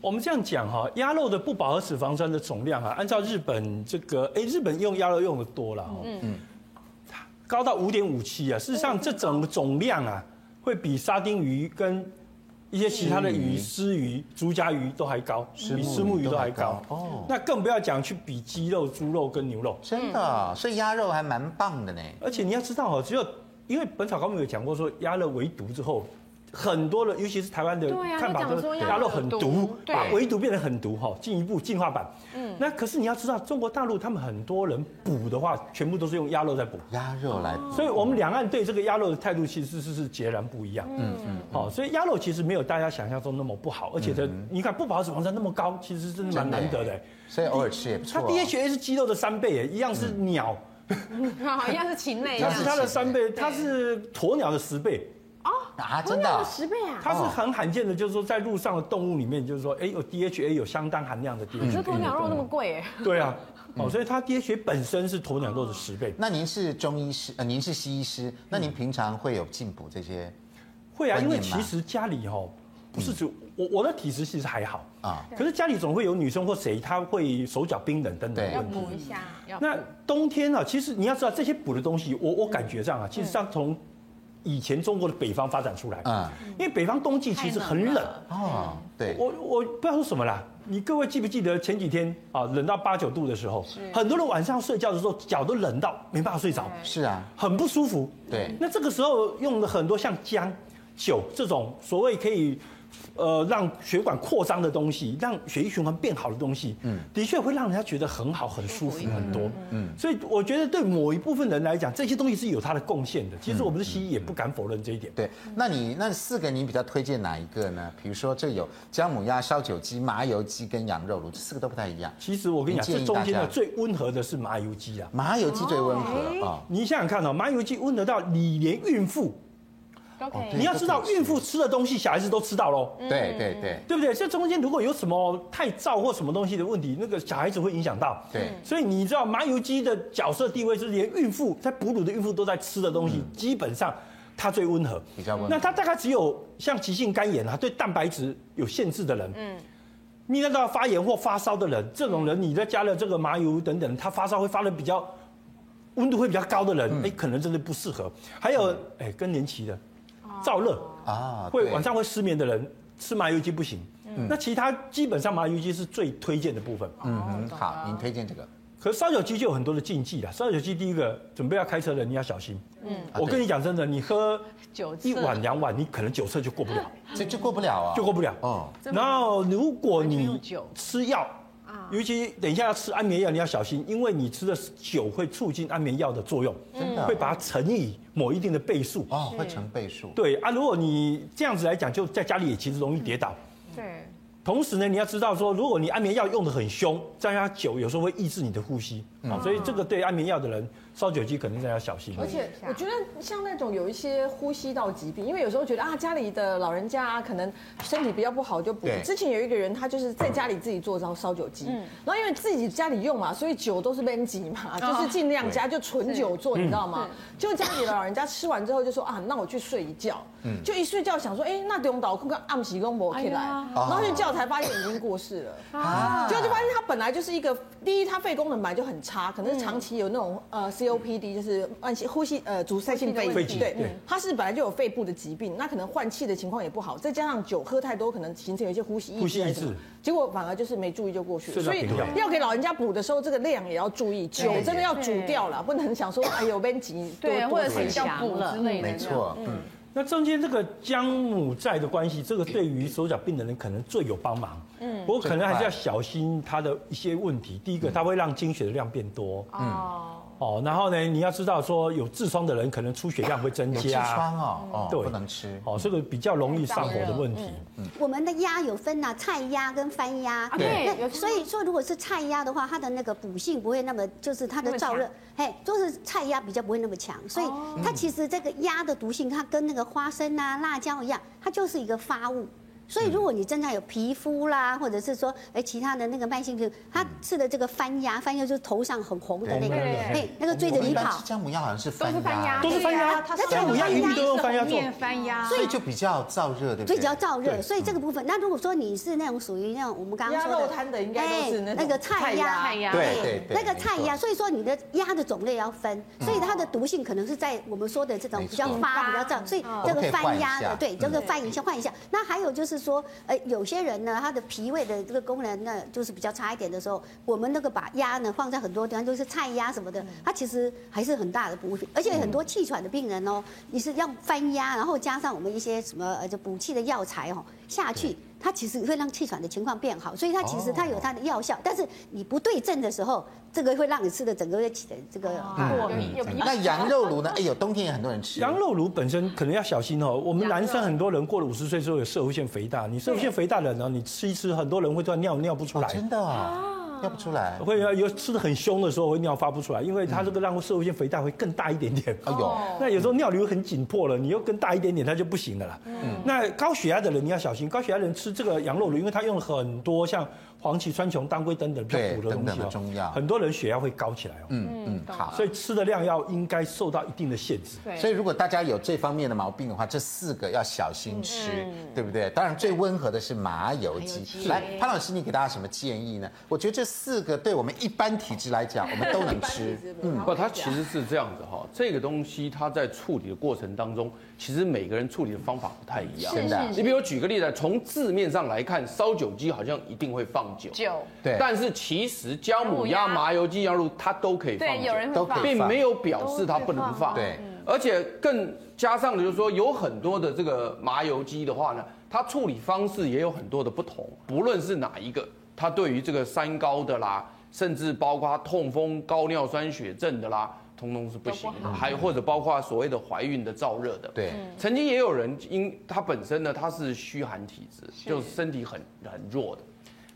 S8: 我们这样讲哈、鸭肉的不饱和脂肪酸的总量啊，按照日本这个，哎，日本用鸭肉用的多了哦，嗯，高到五点五七啊。事实上，这整个总量啊，会比沙丁鱼跟一些其他的鱼、丝鱼、竹夹鱼都还高，比
S2: 目
S8: 丝目鱼都还
S2: 嗯鱼
S8: 高
S2: 都还高哦
S8: 哦。那更不要讲去比鸡肉、猪肉跟牛肉。
S2: 真的哦、所以鸭肉还蛮棒的呢。
S8: 而且你要知道哦，只有因为《本草纲目》有讲过说，鸭肉围毒之后，很多人，尤其是台湾的
S5: 对啊
S8: 看法
S5: 都
S8: 都
S5: 讲
S8: 是
S5: 说鸭
S8: 鸭
S5: 肉
S8: 肉
S5: 很
S8: 很
S5: 毒
S8: 毒，
S5: 对
S8: 把围毒变得很毒哈，进一步进化版。嗯，那可是你要知道，中国大陆他们很多人补的话，全部都是用鸭肉在补。
S5: 嗯
S2: 鸭肉来补，
S8: 所以，我们两岸对这个鸭肉的态度其实是是截然不一样。嗯嗯，好，所以鸭肉其实没有大家想象中那么不好，而且它，你看不饱和脂肪酸那么高，其实真的蛮
S2: 真的耶
S8: 难得的。
S2: 所以偶尔吃也不错
S8: 它
S2: 哦。
S8: DHA 是鸡肉的三倍耶，一样是鸟，
S1: 好像是禽类一
S8: 它
S1: 样
S8: 是。它的三倍，它是鸵鸟的十倍。
S2: 啊，真的啊、
S1: 十倍啊！
S8: 它是很罕见的，就是说在路上的动物里面，就是说，哎，有 DHA 有相当含量的 DHA，
S7: 这鸵鸟肉那么贵哎，
S8: 对啊，哦，所以它 DHA 本身是鸵鸟肉的十
S7: 哦
S8: 倍。
S2: 那您是中医师，呃，您是西医
S8: 嗯
S2: 师，那您平常会有进补这些
S8: 会啊，
S2: 观
S8: 因为
S2: 念嗯吗
S8: 其实家里哦，不是只我我的体质其实还好，
S2: 啊？
S8: 可是家里总会有女生或谁，她会手脚冰冷等等的
S2: 对
S8: 问题。
S1: 一下，要
S8: 那冬天啊，其实你要知道这些补的东西，我
S7: 嗯
S8: 我感觉上啊，其实上从以前中国的北方发展出来，
S2: 嗯，
S8: 因为北方冬季其实很冷。
S2: 哦，对，
S8: 嗯我我不知道说什么啦，你各位记不记得前几天啊，冷到八九度的时候，很多人晚上睡觉的时候脚都冷到没办法睡着，
S2: 是啊，
S8: 很不舒服。
S2: 对，
S8: 那这个时候用了很多像姜、酒这种所谓可以，呃，让血管扩张的东西，让血液循环变好的东西，嗯，的确会让人家觉得很好、很舒服很多。嗯，所以我觉得对某一部分人来讲，这些东西是有它的贡献的。其实我们的西医也不敢否认这一点。
S2: 嗯对，那你那四个你比较推荐哪一个呢？比如说这有姜母鸭、烧酒鸡、麻油鸡跟羊肉炉，这四个都不太一样。
S8: 其实我跟你讲，
S2: 你建
S8: 这
S2: 议
S8: 中间
S2: 大
S8: 的
S2: 家
S8: 最温和的是麻油鸡啊。
S2: 麻油鸡最温
S8: 哎
S2: 和啊，
S8: 你想想看哦，麻油鸡温得到你连孕妇，
S1: 都可以
S2: 哦对
S8: 你要知道
S2: 都可以吃
S8: 孕妇嗯吃的东西，小孩子都吃到喽。
S2: 对对对
S8: 对不对？这中间如果有什么太燥或什么东西的问题，那个小孩子会影响到。
S2: 对，
S8: 所以你知道麻油鸡的角色地位是连孕妇在哺乳的孕妇都在吃的东西，基本上它最温和。
S2: 嗯比较温
S8: 那
S2: 和。
S8: 它大概只有像急性肝炎啊，对蛋白质有限制的人，嗯，泌尿道发炎或发烧的人，这种人你再加了这个麻油等等，他发烧会发的比较温度会比较高的人，
S2: 嗯
S8: 哎、可能真的不适合。还有哎、更年期的
S2: 哦
S8: 燥热。
S2: 啊，
S8: 会
S2: 对
S8: 晚上会失眠的人吃麻油鸡不行。那其他基本上麻油鸡是最推荐的部分，
S2: 嗯哼，好，您推荐这个
S8: 可是烧酒鸡就有很多的禁忌啦。烧酒鸡第一个，准备要开车的人你要小心。嗯，我
S2: 啊
S8: 跟你讲真的，你喝
S5: 九次
S8: 一碗两碗，你可能酒测就过不了，
S2: 这就过不了啊，
S8: 嗯就过不了。
S2: 哦，
S8: 然后如果
S5: 完全
S8: 你
S5: 用酒
S8: 吃药，尤其等一下要吃安眠药，你要小心，因为你吃的酒会促进安眠药的作用，
S2: 真的啊
S8: 嗯会把它乘以某一定的倍数。
S2: 哦，会成倍数。
S8: 对啊，如果你这样子来讲，就在家里也其实容易跌倒。
S1: 嗯对，
S8: 同时呢，你要知道说，如果你安眠药用得很凶，这样它久有时候会抑制你的呼吸
S1: 嗯
S8: 啊、所以这个对安眠药的人，烧酒鸡肯定是要小心。
S7: 而且我觉得像那种有一些呼吸道疾病，因为有时候觉得啊，家里的老人家啊，可能身体比较不好就补
S2: 对。
S7: 之前有一个人，他就是在家里自己做烧烧酒鸡，然后因为自己家里用嘛，所以酒都是闷级嘛，就是尽量加就纯酒做，你知道吗？就家里的老人家吃完之后就说啊，那我去睡一觉，就一睡觉想说，哎，那中岛库跟暗喜跟我起来，然后去叫才发现已经过世了。
S2: 啊
S7: 就就发现他本来就是一个，第一他肺功能本来就很差，可能是长期有那种呃 COPD，就是慢性呼吸呃阻塞性肺
S8: 问
S7: 炎
S8: 题
S7: 对
S8: 对，
S7: 他是本来就有肺部的疾病，那可能换气的情况也不好，再加上酒喝太多，可能形成有一些呼吸抑
S8: 呼吸
S7: 制
S8: 抑
S7: 还
S8: 制
S7: 是什么，结果反而就是没注意就过去了。
S8: 是的
S7: 所以
S8: 对
S7: 要给老人家补的时候，这个量也要注意，酒真的要煮掉了，不能想说哎呦边急多
S1: 对，
S7: 多
S1: 或者
S7: 吃
S1: 是
S7: 一下
S1: 叫补之类的，
S2: 没错，嗯，
S8: 那中间这个姜母在的关系，这个对于手脚病的人可能最有帮忙。嗯，不过可能还是要小心它的一些问题。第一个，它会让经血的量变多。
S1: 嗯哦，
S8: 哦，然后呢，你要知道说有痔疮的人可能出血量会增
S2: 有痔
S8: 加。
S2: 疮哦，哦，
S8: 对
S2: 不能吃。
S8: 哦，这个比较容易上火的问题。
S1: 嗯
S6: 我们的鸭有分呐、菜鸭跟番鸭。
S2: 对
S6: 那所以说，如果是菜鸭的话，它的那个补性不会那么，就是它的燥热，哎，就是菜鸭比较不会那么强。所以它其实这个鸭的毒性，它跟那个花生啊、辣椒一样，它就是一个发
S8: 嗯
S6: 物。所以，如果你正常有皮肤啦，或者是说，哎，其他的那个慢性病，它吃的这个番鸭，番鸭就是头上很红的那个，
S8: 红的那个
S6: 哎，那个追着
S2: 我们一
S6: 你
S2: 般
S6: 跑
S2: 吃，姜母鸭好像是
S1: 都是翻鸭，
S8: 都是翻鸭，
S1: 它
S8: 姜母鸭一律都用翻鸭做。
S5: 面翻
S1: 啊
S5: 鸭，
S2: 所以就比较燥热，对不对？嗯
S6: 所以只要燥热，
S8: 对
S6: 所以这个部分。那如果说你是那种属于那种我们刚刚
S7: 鸭
S6: 说
S7: 肉
S6: 的，哎
S7: 摊的应该都是那
S6: 那个
S7: 种
S6: 菜鸭，哎
S5: 菜鸭
S2: 对对对
S6: 那个菜
S2: 没错嗯
S6: 鸭，所以说你的鸭的种类要分，所以它的毒性可能是在我们说的这种比较发、比较燥，所以这个翻鸭
S2: 我们可以换一下嗯
S6: 的，对，这个翻一下换一下。那还有就是说，呃，有些人呢，他的脾胃的这个功能呢，就是比较差一点的时候，我们那个把鸭呢放在很多地方，就是菜鸭什么的，它其实还是很大的补品，而且很
S2: 嗯
S6: 多气喘的病人哦，你是要翻鸭，然后加上我们一些什么呃就补气的药材哦下去。它其实会让气喘的情况变好，所以它其实它有
S2: 哦
S6: 它的药效，但是你不对症的时候，这个会让你吃的整个起的这个
S1: 过敏有
S2: 嗯那羊肉炉呢？哎呦，冬天也很多人吃。
S8: 羊肉炉本身可能要小心哦。我们男生很多人过了五十岁之后有射弧腺肥大，你射弧腺肥大的人呢，你吃一吃，很多人会突然尿尿不出
S2: 哦
S8: 来。
S2: 真的啊，尿不出来。
S8: 会啊，有吃的很凶的时候会尿发不出来，因为它这个让社会性肥大会更大一点点。
S2: 哎呦，
S8: 那有时候尿流很紧迫了，你又更大一点点，它就不行了啦。
S2: 嗯
S8: 那高血压的人你要小心，高血压的人吃这个羊肉炉，因为它用了很多像黄芪、川穹、当归等等比较
S2: 对
S8: 补的东
S2: 等等
S8: 西
S2: 的
S8: 哦，
S2: 中药
S8: 很多人血压会高起来哦。
S2: 嗯嗯，好。
S8: 所以吃的量要应该受到一定的限制。
S2: 所以如果大家有这方面的毛病的话，这四个要小心吃，对不对？当然最温和的是麻油鸡。来，潘老师，你给大家什么建议呢？我觉得这四个对我们一般体质来讲，我们都能吃。嗯，
S3: 不，它其实哦是啊这样子哈，这个东西它在处理的过程当中，其实每个人处理的方法不太一样。
S2: 真的啊。
S3: 你比如举个例子，从字面上来看，烧酒鸡好像一定会放酒，
S1: 酒
S2: 对
S3: 但是其实姜母鸭、麻油鸡、羊肉它都可以放
S1: 对，
S3: 酒，
S1: 有人
S2: 都
S1: 会
S2: 可以
S1: 放。
S3: 并没有表示它不能放。
S2: 对，
S3: 而且更加上的就是说，有很多的这个麻油鸡的话呢，它处理方式也有很多的不同，不论是哪一个，它对于这个三高的啦，甚至包括痛风、高尿酸血症的啦，通通是不行的，还或者包括所谓的怀孕的燥热的。
S2: 对，
S3: 曾经也有人因他本身呢，他是虚寒体质，就是身体很很弱的，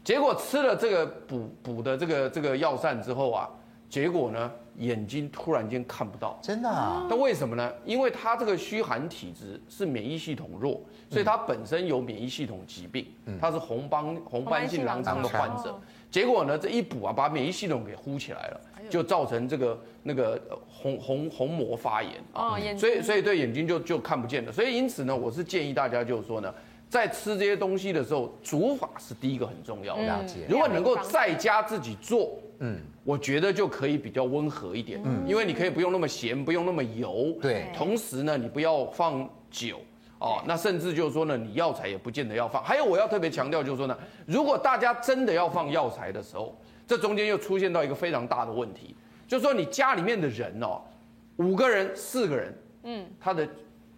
S3: 结果吃了这个补补的这个这个药膳之后啊，结果呢眼睛突然间看不到。
S2: 真的啊，
S3: 那为什么呢？因为他这个虚寒体质是免疫系统弱，所以他本身有免疫系统疾病，他是红斑红斑性狼疮的哎患者。结果呢，这一补啊，把免疫系统给呼起来了，就造成这个那个呃虹虹虹膜发炎啊
S2: 嗯
S1: 哦眼，睛
S3: 所以所以对眼睛就就看不见了。所以因此呢，我是建议大家就是说呢，在吃这些东西的时候，煮法是第一个很重要的。
S1: 嗯
S2: 了解。
S3: 如果能够在家自己做，嗯，我觉得就可以比较温和一点，嗯，因为你可以不用那么咸，不用那么油，
S2: 对
S3: 同时呢，你不要放酒。哦，那甚至就是说呢，你药材也不见得要放。还有我要特别强调就是说呢，如果大家真的要放药材的时候，这中间又出现到一个非常大的问题，就是说你家里面的人哦，五个人、四个人，嗯，他的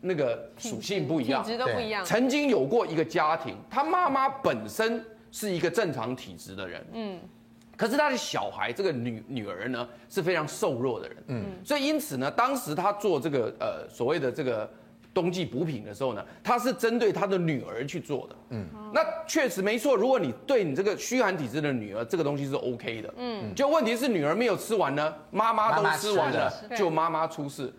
S3: 那个属性不一样，
S1: 体质都不一样。
S3: 曾经有过一个家庭，他妈妈本身是一个正常体质的人，嗯，可是他的小孩这个女女儿呢是非常瘦弱的人，嗯，所以因此呢，当时他做这个呃所谓的这个冬季补品的时候呢，他是针对他的女儿去做的，嗯，那确实没错，如果你对你这个虚寒体质的女儿，这个东西是 OK 的，嗯，就问题是女儿没有吃完呢，妈妈都
S2: 妈妈
S3: 吃完
S2: 吃了
S3: 了，就妈妈出事，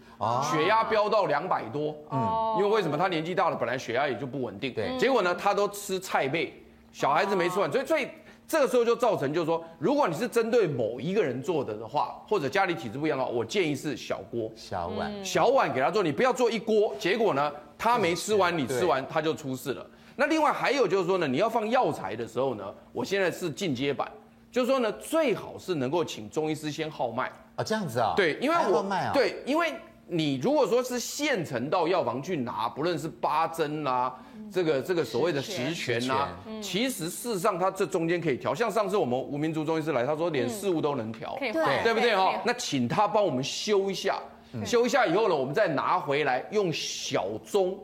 S3: 血压飙到两百多，嗯，因为为什么她年纪大了，本来血压也就不稳定，
S2: 对
S3: 结果呢，她都吃菜贝，小孩子没吃完，所以所以这个时候就造成就是说，如果你是针对某一个人做的的话，或者家里体质不一样的话，我建议是小锅，
S2: 小碗，
S3: 小碗给他做，你不要做一锅。结果呢，他没吃完，你吃完他就出事了。那另外还有就是说呢，你要放药材的时候呢，我现在是进阶版，就是说呢，最好是能够请中医师先号脉。
S2: 哦，这样子啊。
S3: 对，因为
S2: 还要
S3: 我
S2: 卖啊。，
S3: 对，因为你如果说是现成到药房去拿，不论是八针啦、
S1: 嗯
S3: 这个这个所谓的十全啦、其实事实上它这中间可以调。像上次我们吴明珠中医师来，他说连事物都能调，
S1: 嗯可以
S6: 对
S1: 换
S3: 对不对
S1: 可以
S3: 哦
S1: 换？嗯
S3: 那请他帮我们修一下，修一下以后呢，我们再拿回来用小盅，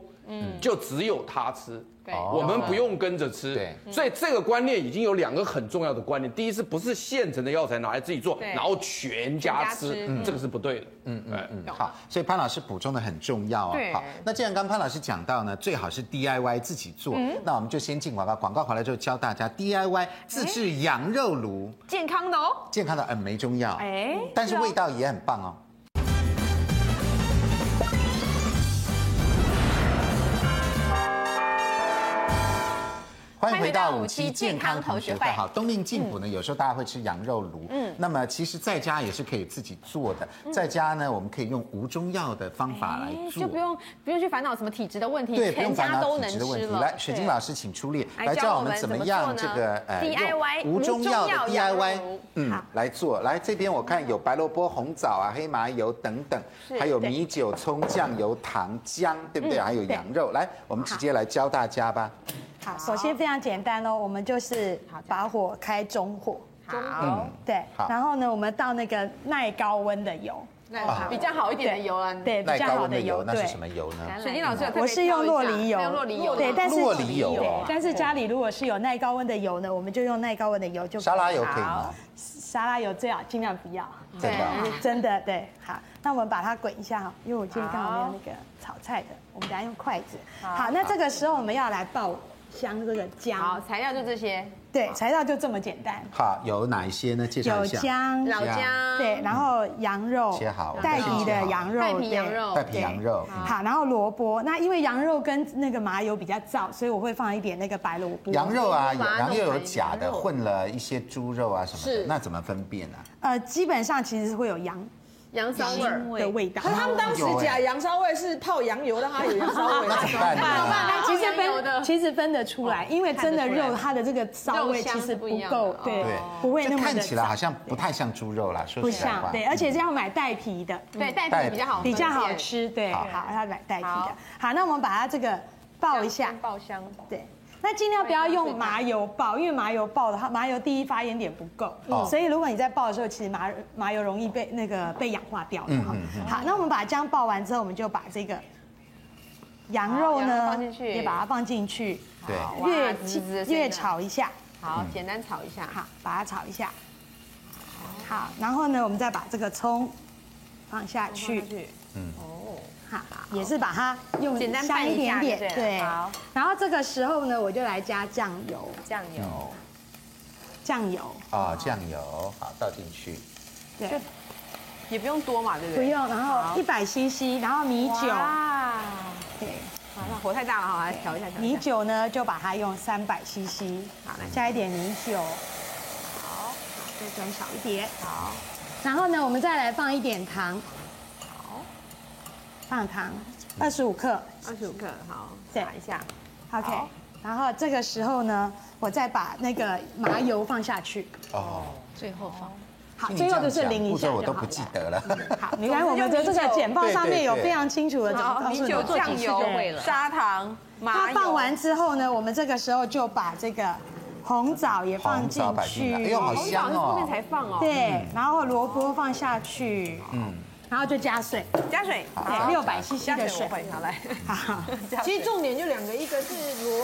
S3: 就只有他吃。
S1: 嗯对嗯
S3: 我们不用跟着吃，
S2: 哦对，
S3: 所以这个观念已经有两个很重要的观念。第一是不是现成的药材拿来自己做，
S1: 对
S3: 然后全家
S1: 全家
S3: 吃
S1: 吃嗯，
S3: 这个是不对的。嗯嗯嗯。
S2: 嗯，好，所以潘老师补充的很重要哦
S1: 对。
S2: 好，那既然刚潘老师讲到呢，最好是 DIY 自己做，那我们就先进广告，广告回来之后教大家 DIY 自制羊肉炉，
S1: 健康的哦。
S2: 哎健康的嗯没中药，
S1: 哎，
S2: 但是味道也很棒哦。欢迎回到五期健康同学会。好，冬令进补呢，有时候大家会吃羊肉炉，嗯，那么其实在家也是可以自己做的，在家呢，我们可以用无中药的方法来做，
S1: 就不用不用去烦恼什么体质的问题，
S2: 对，不
S1: 全
S2: 用烦
S1: 家都
S2: 恼
S1: 能
S2: 体质的问
S1: 吃
S2: 题。
S1: 了。
S2: 来，水晶老师请出列，
S1: 来
S2: 来
S1: 教
S2: 教
S1: 我
S2: 我们
S1: 们
S2: 怎
S1: 怎
S2: 么
S1: 么
S2: 样
S1: 做
S2: 这
S1: 呢
S2: 个呃
S1: DIY
S2: 用无
S1: 无
S2: 中
S1: 中
S2: 药的
S1: 药羊
S2: DIY，
S1: 肉
S2: 嗯
S1: 好，
S2: 来做。来这边我看有白萝卜、红枣啊、黑麻油等等，还有米酒、葱、酱油、糖、姜，对嗯不对？还有羊肉。来，我们直接来教大家吧。
S9: 好，首先非常简单哦，我们就是把火开中火，
S2: 嗯
S1: 好，
S9: 对
S2: 好，
S9: 然后呢，我们倒那个耐高温的油，
S1: 那比较好一点的油啦。
S5: 嗯
S9: 对，比
S2: 耐
S9: 较
S2: 高
S9: 好
S2: 温
S9: 的
S2: 的油
S9: 油，
S2: 那是
S9: 对
S2: 什。么油呢？
S1: 水晶老师有特别
S9: 我是用
S1: 挑
S9: 洛
S1: 一下
S9: 梨
S1: 用
S9: 油，
S1: 洛梨油，
S9: 对，但是
S2: 洛梨油哦
S9: 对但是家里如果是有耐高温的油呢，我们就用耐高温的油就可以
S2: 沙拉油可以
S9: 好
S2: 吗？
S9: 沙拉油最好尽量不要，
S2: 真的啊
S9: 真的对。好，那我们把它滚一下哈，因为我这里刚好没有那个炒菜的，我们等下用筷子。好，那这个时候我们要来爆香这个
S1: 好，
S9: 姜，
S1: 材料就这些，
S9: 对，材料就这么简单，
S2: 好，有哪一些呢？介绍
S9: 有
S2: 一下。
S9: 姜，
S1: 老姜，
S9: 对，然后羊肉
S2: 切好，我
S9: 带
S2: 们
S9: 皮
S2: 先切
S9: 的
S2: 好
S9: 羊
S1: 嗯
S9: 肉，
S1: 带皮羊
S9: 对
S1: 肉
S2: 带，皮羊肉，
S9: 好，然后萝卜，那因为羊肉跟那个麻油比较燥，所以我会放一点那个白萝卜。
S2: 羊肉啊，有
S1: 把它
S2: 羊
S1: 弄
S2: 肉有
S1: 成
S2: 假的，
S1: 羊肉
S2: 混了一些猪肉啊什么的
S7: 是，
S2: 那怎么分辨呢？
S9: 呃，基本上其实是会有羊
S1: 羊骚味儿。
S9: 的 味道
S7: 可。是他们当时
S2: 有欸
S7: 假羊骚味是泡羊油，让它有羊骚味。
S2: 那怎么办呢？
S9: 那其实
S1: 羊油的哦
S9: 分其实分得出来，因为真的
S1: 看得出来
S9: 肉它的这个骚味
S1: 肉香
S9: 其
S1: 是
S9: 实
S1: 不
S9: 不
S1: 一样的
S9: 够
S1: 哦，
S9: 对
S2: 对，，
S9: 不会那
S2: 这
S9: 么
S2: 看
S9: 的
S2: 起来好
S9: 燥，
S2: 像不太像猪肉啦，说
S9: 不
S2: 实在话嗯
S9: 像，，对，而且是要买带皮的，
S1: 对，带皮比较好，
S9: 比较好。吃，对，
S2: 好
S9: 好，要买带皮
S1: 好
S9: 的。好，那我们把它这个爆一下，
S1: 爆香，
S9: 对，那尽量不要用麻油爆，因为麻油爆的话，麻油第一发烟点不够，
S1: 嗯
S2: 哦
S9: 所以如果你在爆的时候，其实麻麻油容易被那个被氧化掉的哈。
S2: 嗯嗯
S9: 好，那我们把姜爆完之后，我们就把这个羊肉
S1: 好羊肉哦
S9: 呢
S1: 放进去
S9: 也把它放进去，
S2: 对，
S1: 哇
S9: 越
S1: 滋滋的声音
S9: 越炒一下，
S2: 嗯
S1: 好，简单炒一下。
S9: 好，把它炒一下。好，然后呢，我们再把这个葱放下去，好，也是把它用
S1: 嗯简单
S9: 香
S1: 拌
S9: 一
S1: 一下
S9: 点
S1: 就对了
S9: 点，对。
S1: 好
S9: 然后这个时候呢，我就来加酱油，
S1: 酱
S2: 嗯
S1: 油，
S9: 酱油，
S2: 哦，酱油好倒进去，
S9: 对，
S1: 也不用多嘛，对不
S9: 不
S1: 对？
S9: 用，然后一百 CC，然后米酒，
S1: 哇，
S9: 对，
S1: 好那火太大了哈，来调一下，调一
S9: 米
S1: 下。
S9: 酒呢就把它用三百 CC，好，加一点米酒，
S1: 好，
S9: 就转少一点，
S1: 好，
S9: 然后呢，我们再来放一点糖，
S1: 好，
S9: 放糖
S2: 嗯
S9: 二十五克
S1: 二十五克，好，
S9: 对
S1: 打一下，
S9: ，OK
S1: 好。
S9: 然后这个时候呢，我再把那个麻油放下去，
S2: 哦，
S5: 最后放。
S9: 好，
S2: 听你
S9: 最后
S2: 这样
S9: 就是
S2: 讲
S9: 淋一
S2: 步
S9: 下
S2: 骤我
S9: 就
S2: 都
S9: 好
S2: 不
S9: 了。嗯
S2: 记得了。
S9: 好，你看我们的这个简报上面有非常清楚的怎么
S1: 好，
S9: 告诉
S1: 米
S9: 你
S1: 酒、
S9: 做
S1: 酱
S9: 几次就
S1: 油
S9: 对、了
S1: 砂糖、麻
S9: 它
S1: 油。
S9: 放完之后呢，我们这个时候就把这个红枣也放
S2: 红
S9: 进
S2: 枣摆进来，哎
S9: 去
S2: 呦，，好
S1: 红枣
S2: 香
S1: 是后面才
S2: 哦！
S1: 放哦。，
S9: 对，然后萝卜放下去，嗯，然后就加水，
S1: 加水，
S9: 对，
S1: 好，
S9: 六百 CC
S1: 加
S9: 的
S1: 水
S9: 水
S1: 我，会拿 来。
S9: 好，
S1: 加水
S7: 其实重点就两个，一个是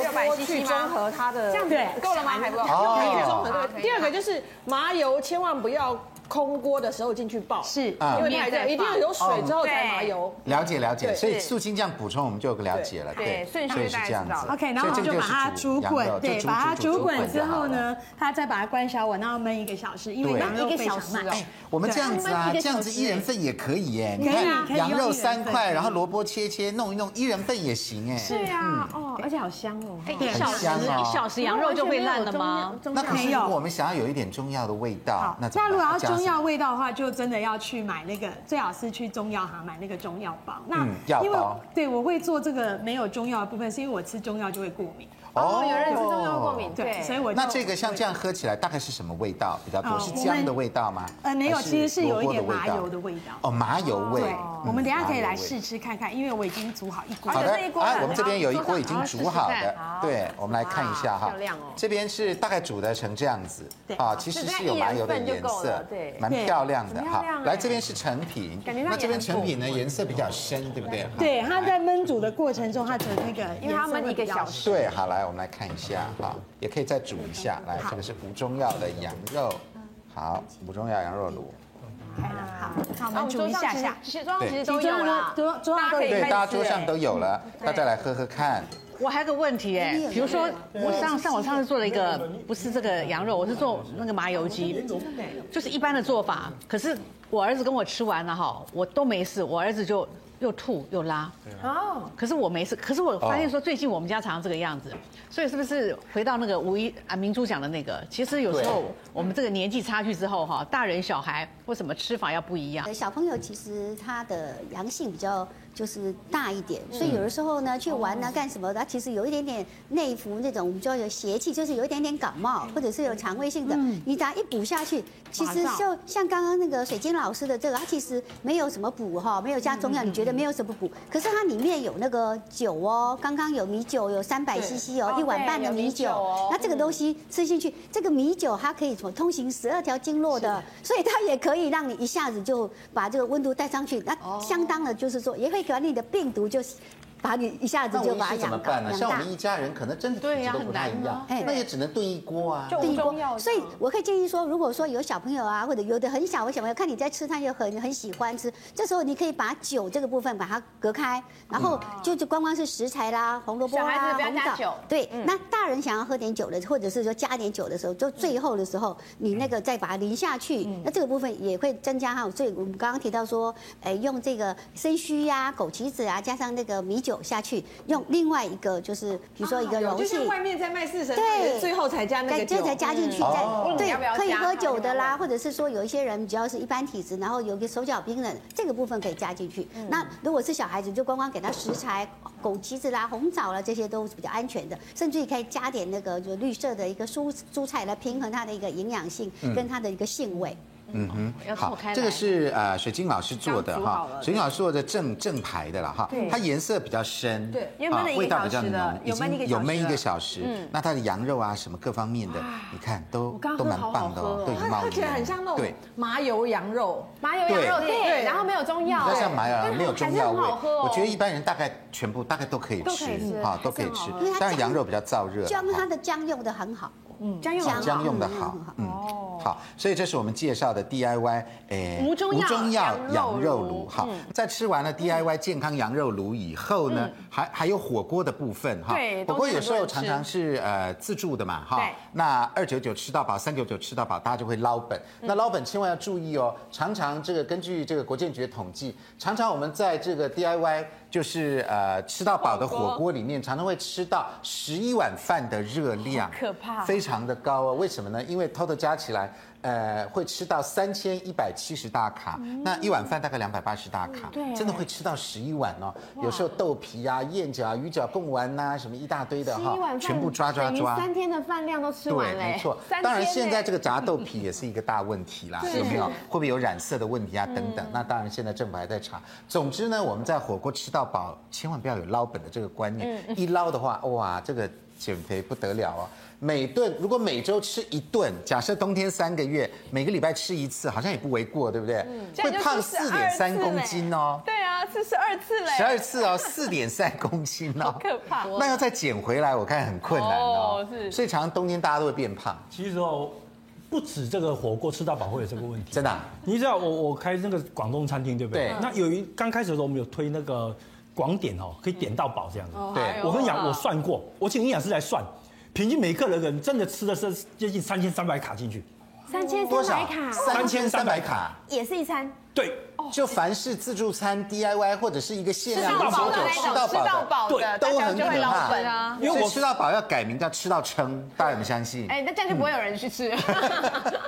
S1: 要
S7: 萝
S1: 摆
S7: 卜
S1: CC
S7: 去
S1: 吗
S7: 中和它的，
S1: 这样
S9: 对
S1: 子够了吗？还不够。
S2: 哦
S7: 可以去中
S1: 好
S7: 和
S1: 可
S7: 对。
S1: 以
S7: 第二个就是麻油，千万不要空锅的时候进去爆，
S9: 是
S2: 啊
S7: 因为太热，一定要有水之后才麻油。
S2: 了解了解，
S7: 对
S2: 所以
S1: 是
S2: 素清这样补充，我们就有个了解了。
S1: 对顺序
S2: 所以
S1: 大家
S2: 是这样
S1: 知道
S2: 子。
S1: 了
S9: OK，然后我
S2: 所
S9: 们
S2: 以这
S9: 就
S2: 个
S9: 把它
S2: 煮
S9: 煮
S2: 羊肉
S9: 滚，
S2: 就
S9: 对，
S2: 煮
S9: 把它
S2: 煮
S9: 煮滚
S2: 就
S9: 之
S2: 好
S9: 后
S2: 了
S9: 呢，它再把它关小火，然后焖一个小时，因为
S2: 对
S9: 羊肉非常慢。
S1: 哦
S2: 哎，我们这样子啊，这样子一人份也可以耶。你
S9: 可以啊
S2: 看
S9: 可以
S2: 羊
S9: 用一
S2: 肉
S9: 人
S2: 三
S9: 份
S2: 块，然后萝卜切切弄一弄，一人份也行哎。
S1: 对呀，哦，而且好香哦。
S5: 哎，一小时
S2: 香哦
S5: 一小时羊肉就会烂了吗？
S2: 那可是
S9: 没
S2: 如
S9: 有
S2: 果我们想要有一点中药的味道
S9: 好，，
S2: 那怎么
S9: 那如果
S2: 办
S9: 要
S2: 加什么
S9: 中药味道的话，就真的要去买那个，最好是去中药行买那个中药包。那
S2: 嗯药
S9: 因为
S2: 包
S9: 对我会做这个没有中药的部分，是因为我吃中药就会过敏，
S1: 哦，有人是中药过敏，对，
S9: 所以我就
S2: 那这个像这样喝起来大概是什么味道比较多？
S9: 哦
S2: 是
S9: 我们
S2: 姜的味道吗？
S9: 呃没有，
S2: 还
S9: 其实是有一点
S2: 萝卜
S9: 麻油的味道。
S2: 哦，麻油味嗯
S9: 对。，我们等一下可
S2: 麻
S9: 以
S2: 油
S9: 来
S2: 味
S9: 试。吃看看，因为我已经煮好一锅
S2: 好
S1: 而
S9: 了。
S1: 且
S2: 的
S1: 这一，锅
S2: 哎
S1: 很
S2: 我们这边有一锅已经煮好
S5: 好试试
S2: 的
S5: 看，
S2: 对，我们来看一下
S1: 哇
S2: 哈
S1: 漂亮哦，
S2: 这边是大概煮的成这样子，
S9: 对
S2: 啊，其实是有麻油的
S1: 这边一人份就
S2: 颜
S1: 够
S2: 色
S1: 了，对
S2: 蛮漂亮的
S1: 很漂
S2: 哈
S1: 亮。哎
S2: 来这边是成品，
S1: 感觉上
S2: 那这边
S1: 也很
S2: 成品呢颜色比较深，对不对？
S9: 对，
S2: 好
S9: 它
S2: 来
S9: 在焖煮的过程中，它的那个
S1: 因为它焖一个小
S9: 时。
S1: 时，
S2: 对，好，来我们来看一下哈，也可以再煮一下。来，这个是无中药的羊肉，好，无中药羊肉卤。
S9: 好，那我
S1: 那我
S9: 们
S1: 们
S9: 煮
S1: 桌
S9: 一
S1: 上
S9: 下
S1: 其
S9: 下。
S1: 实桌上
S2: 对
S1: 其实都有啦，
S9: 桌桌
S1: 大
S9: 上都
S1: 家可以
S2: 对，
S1: 开始
S2: 大家桌
S1: 吃
S2: 上都有了，大家来喝喝看。
S5: 我还有个问题哎，比如说我上上我上次做了一个不是这个羊肉，我是做那个麻油鸡，就是一般的做法。可是我儿子跟我吃完了哈，我都没事，我儿子就又吐又拉。哦，可是我没事，可是我发现说最近我们家常常这个样子，所以是不是回到那个吴一啊明珠讲的那个？其实有时候我们这个年纪差距之后哈，大人小孩为什么吃法要不一样？
S6: 呃，小朋友其实他的阳性比较就是大一点，所以有的时候呢去玩呢干什么，他其实有一点点内服那种我们叫有邪气，就是有一点点感冒或者是有肠胃性的，你打一补下去，其实就像刚刚那个水晶老师的这个，他其实没有什么补哈，没有加中药，你觉得没有什么补，可是它里面有那个酒哦，刚刚有米酒，有三百 CC 哦，一碗半的米酒，哦那这个东西吃进去，这个米酒它可以什么通行十二条经络的，所以它也可以让你
S2: 哦
S6: 一下子就把这个温度带上去，那相当的就是说也会把你的病毒就是。把你一下子
S2: 那
S6: 就
S2: 我一
S6: 把它
S2: 时怎
S6: 养
S2: 么
S6: 高
S2: 办呢？
S6: 养
S2: 像我
S6: 大。
S2: 们一家人，可能真的体
S5: 对
S2: 质
S5: 呀
S2: 都不太
S5: 很
S2: 一
S5: 难
S2: 样
S5: 啊，
S6: 哎
S2: 那也只能炖一锅啊。
S6: 对
S1: 不重要
S6: 所以我会建议说，如果说有小朋友啊，或者有的很小的小朋友，看你在吃，他又很很喜欢吃，这时候你可以把酒这个部分把它隔开，然后就就光光是食材啦，红萝卜
S1: 啊小孩
S6: 啦，
S1: 子不要
S6: 红
S1: 加
S6: 枣
S1: 酒嗯
S6: 对，那大人想要喝点酒的，或者是说加点酒的时候，就最后的时候，
S1: 嗯
S6: 你那个再把它淋下去，那这个部分也会增加哈。所以我们刚刚提到说，哎，用这个生须呀、枸杞子啊，加上那个米酒下去，用另外一个就是比如
S1: 啊
S6: 说一个
S7: 有
S6: 容
S7: 就
S6: 器
S7: 像。外面在卖四神
S6: 对，
S7: 最后才加那
S6: 再
S7: 个酒嗯
S6: 这。才加进去，再
S2: 哦
S1: 你要不要
S6: 对，可以
S1: 加
S6: 喝酒的啦，或者是说有一些人只要是一般体质，然后有个手脚冰冷，这个部分可以加进去。
S1: 嗯
S6: 那如果是小孩子，就光光给他食材，枸杞子啦、红枣啦，这些都是比较安全的，甚至你可以加点那个就绿色的一个蔬蔬菜来平衡它的一个营养性
S1: 嗯
S6: 跟它的一个性味。
S5: 要
S2: 好
S5: 错开，来
S2: 这个是呃水晶老师做的
S1: 刚煮好
S2: 哈
S1: 了，
S2: 水晶老师做的正正牌的了哈，它颜色比较深，啊
S7: 对
S1: 因为焖了一个
S2: 味道比较
S1: 小时的
S2: 浓，
S1: 有焖一个
S2: 有
S1: 小时
S2: 焖一
S1: 了嗯
S2: 个小时，那它的羊肉啊什么各方面的，你看都
S1: 刚
S2: 都
S1: 喝
S2: 蛮
S1: 好好
S2: 棒的
S1: 喝
S2: 哦，
S1: 哦
S2: 都已
S7: 它
S2: 经冒
S7: 看起
S2: 烟
S7: 来
S2: 了，
S7: 很像那种
S2: 对。
S7: 麻油羊肉，
S1: 麻油羊肉
S7: 对
S1: 对，
S7: 对
S1: 然后没有中药，
S2: 比较像麻
S1: 但
S2: 油，
S1: 是
S2: 没有中药味
S1: 哎还是很好喝。哦
S2: 我觉得一般人大概全部大概都可以
S1: 都
S2: 吃
S1: 可以吃
S2: 啊，都可以
S1: 还是
S2: 吃
S1: 很好
S6: 喝因为。它
S2: 当然
S6: 姜
S2: 羊肉比较燥热了
S6: 姜
S2: 哈
S6: 它的姜用的很好，
S1: 姜用
S6: 姜
S2: 姜用的
S6: 嗯
S2: 好
S6: 嗯，
S2: 嗯，好，所以这是我们介绍的 DIY，诶，
S5: 无中药
S2: 羊
S5: 羊
S2: 肉
S5: 肉
S2: 炉。
S5: 炉
S2: 好，在吃完了 DIY 健康羊肉炉以后呢，还还有火锅的部分哈
S1: 对，
S2: 火
S1: 都
S2: 锅
S1: 是
S2: 有
S1: 很
S2: 时
S1: 多
S2: 候
S1: 人
S2: 常
S1: 吃
S2: 常是呃自助的嘛哈
S1: 对，
S2: 那二九九吃到饱，三九九吃到饱，大家就会捞本。那捞本千万要注意哦，常常这个根据这个国建局的统计，常常我们在这个 DIY 就是呃吃到饱的火锅里面，常常会吃到十一碗饭的热量，
S1: 可怕
S2: 非常的高哦。为什么呢？因为偷偷加起来。呃，会吃到三千一百七十大卡，
S1: 嗯
S2: 那一碗饭大概两百八十大卡，对，真的会吃到十一碗哦。有时候豆皮啊、燕饺啊、鱼饺、贡丸呐、什么一大堆的
S1: 吃
S2: 哈
S1: 一碗，饭
S2: 全部抓抓
S1: 等于
S2: 抓。
S1: 三天的饭量都吃
S2: 对
S1: 完，嘞，
S2: 没错。
S1: 三
S2: 当然，
S1: 天
S2: 现
S1: 嘞
S2: 在这个炸豆皮也是一个大问题 啦，有没有？会不会有染色的问题啊？等
S1: 嗯
S2: 等。那当然，现在政府还在查。总之呢，我们在火锅吃到饱，千万不要有捞本的这个观
S1: 嗯
S2: 念。一捞的话，哇，这个减肥不得了哦。每顿如果每周吃一顿，假设冬天三个月，每个礼拜吃一次，好像也不为过，对不
S1: 嗯
S2: 对？会胖四点三公斤哦。
S1: 对啊，吃十二次嘞，
S2: 十二次哦，四点三公斤哦，
S1: 可怕
S2: 那要再减回来，我看很困难哦
S1: 哦。是
S2: 所以常常冬天大家都会变胖，
S8: 其实哦，不止这个火锅吃到饱会有这个问题。
S2: 真的啊、
S8: 你知道我我开那个广东餐厅对不对？
S2: 对
S8: 那有一刚开始的时候，我们有推那个广点哦，可以点到饱这样子。
S2: 对
S8: 我跟你讲，我算过，我请营养师来算，平均每个人真的吃的是接近三千三百卡进去，
S1: 三千
S2: 多
S1: 三
S2: 少
S1: 百？卡
S2: 三千三百卡，
S1: 也是一餐，
S8: 对，
S1: 哦
S2: 就凡是自助餐、DIY 或者是一个限量
S8: 吃到饱
S2: 多
S8: 的
S1: 种
S2: 久
S8: 那
S2: 吃到饱
S1: 吃到饱
S2: 的，
S1: 的
S2: 对，
S1: 大家
S2: 都很
S1: 就
S2: 可
S1: 会捞
S2: 怕。
S1: 本
S5: 啊
S2: 因
S8: 因
S2: 为
S8: 为
S2: 我
S8: 我
S2: 吃到饱要改名叫吃到撑，大家有没有相信？
S1: 哎，那这样就不会有人去 吃，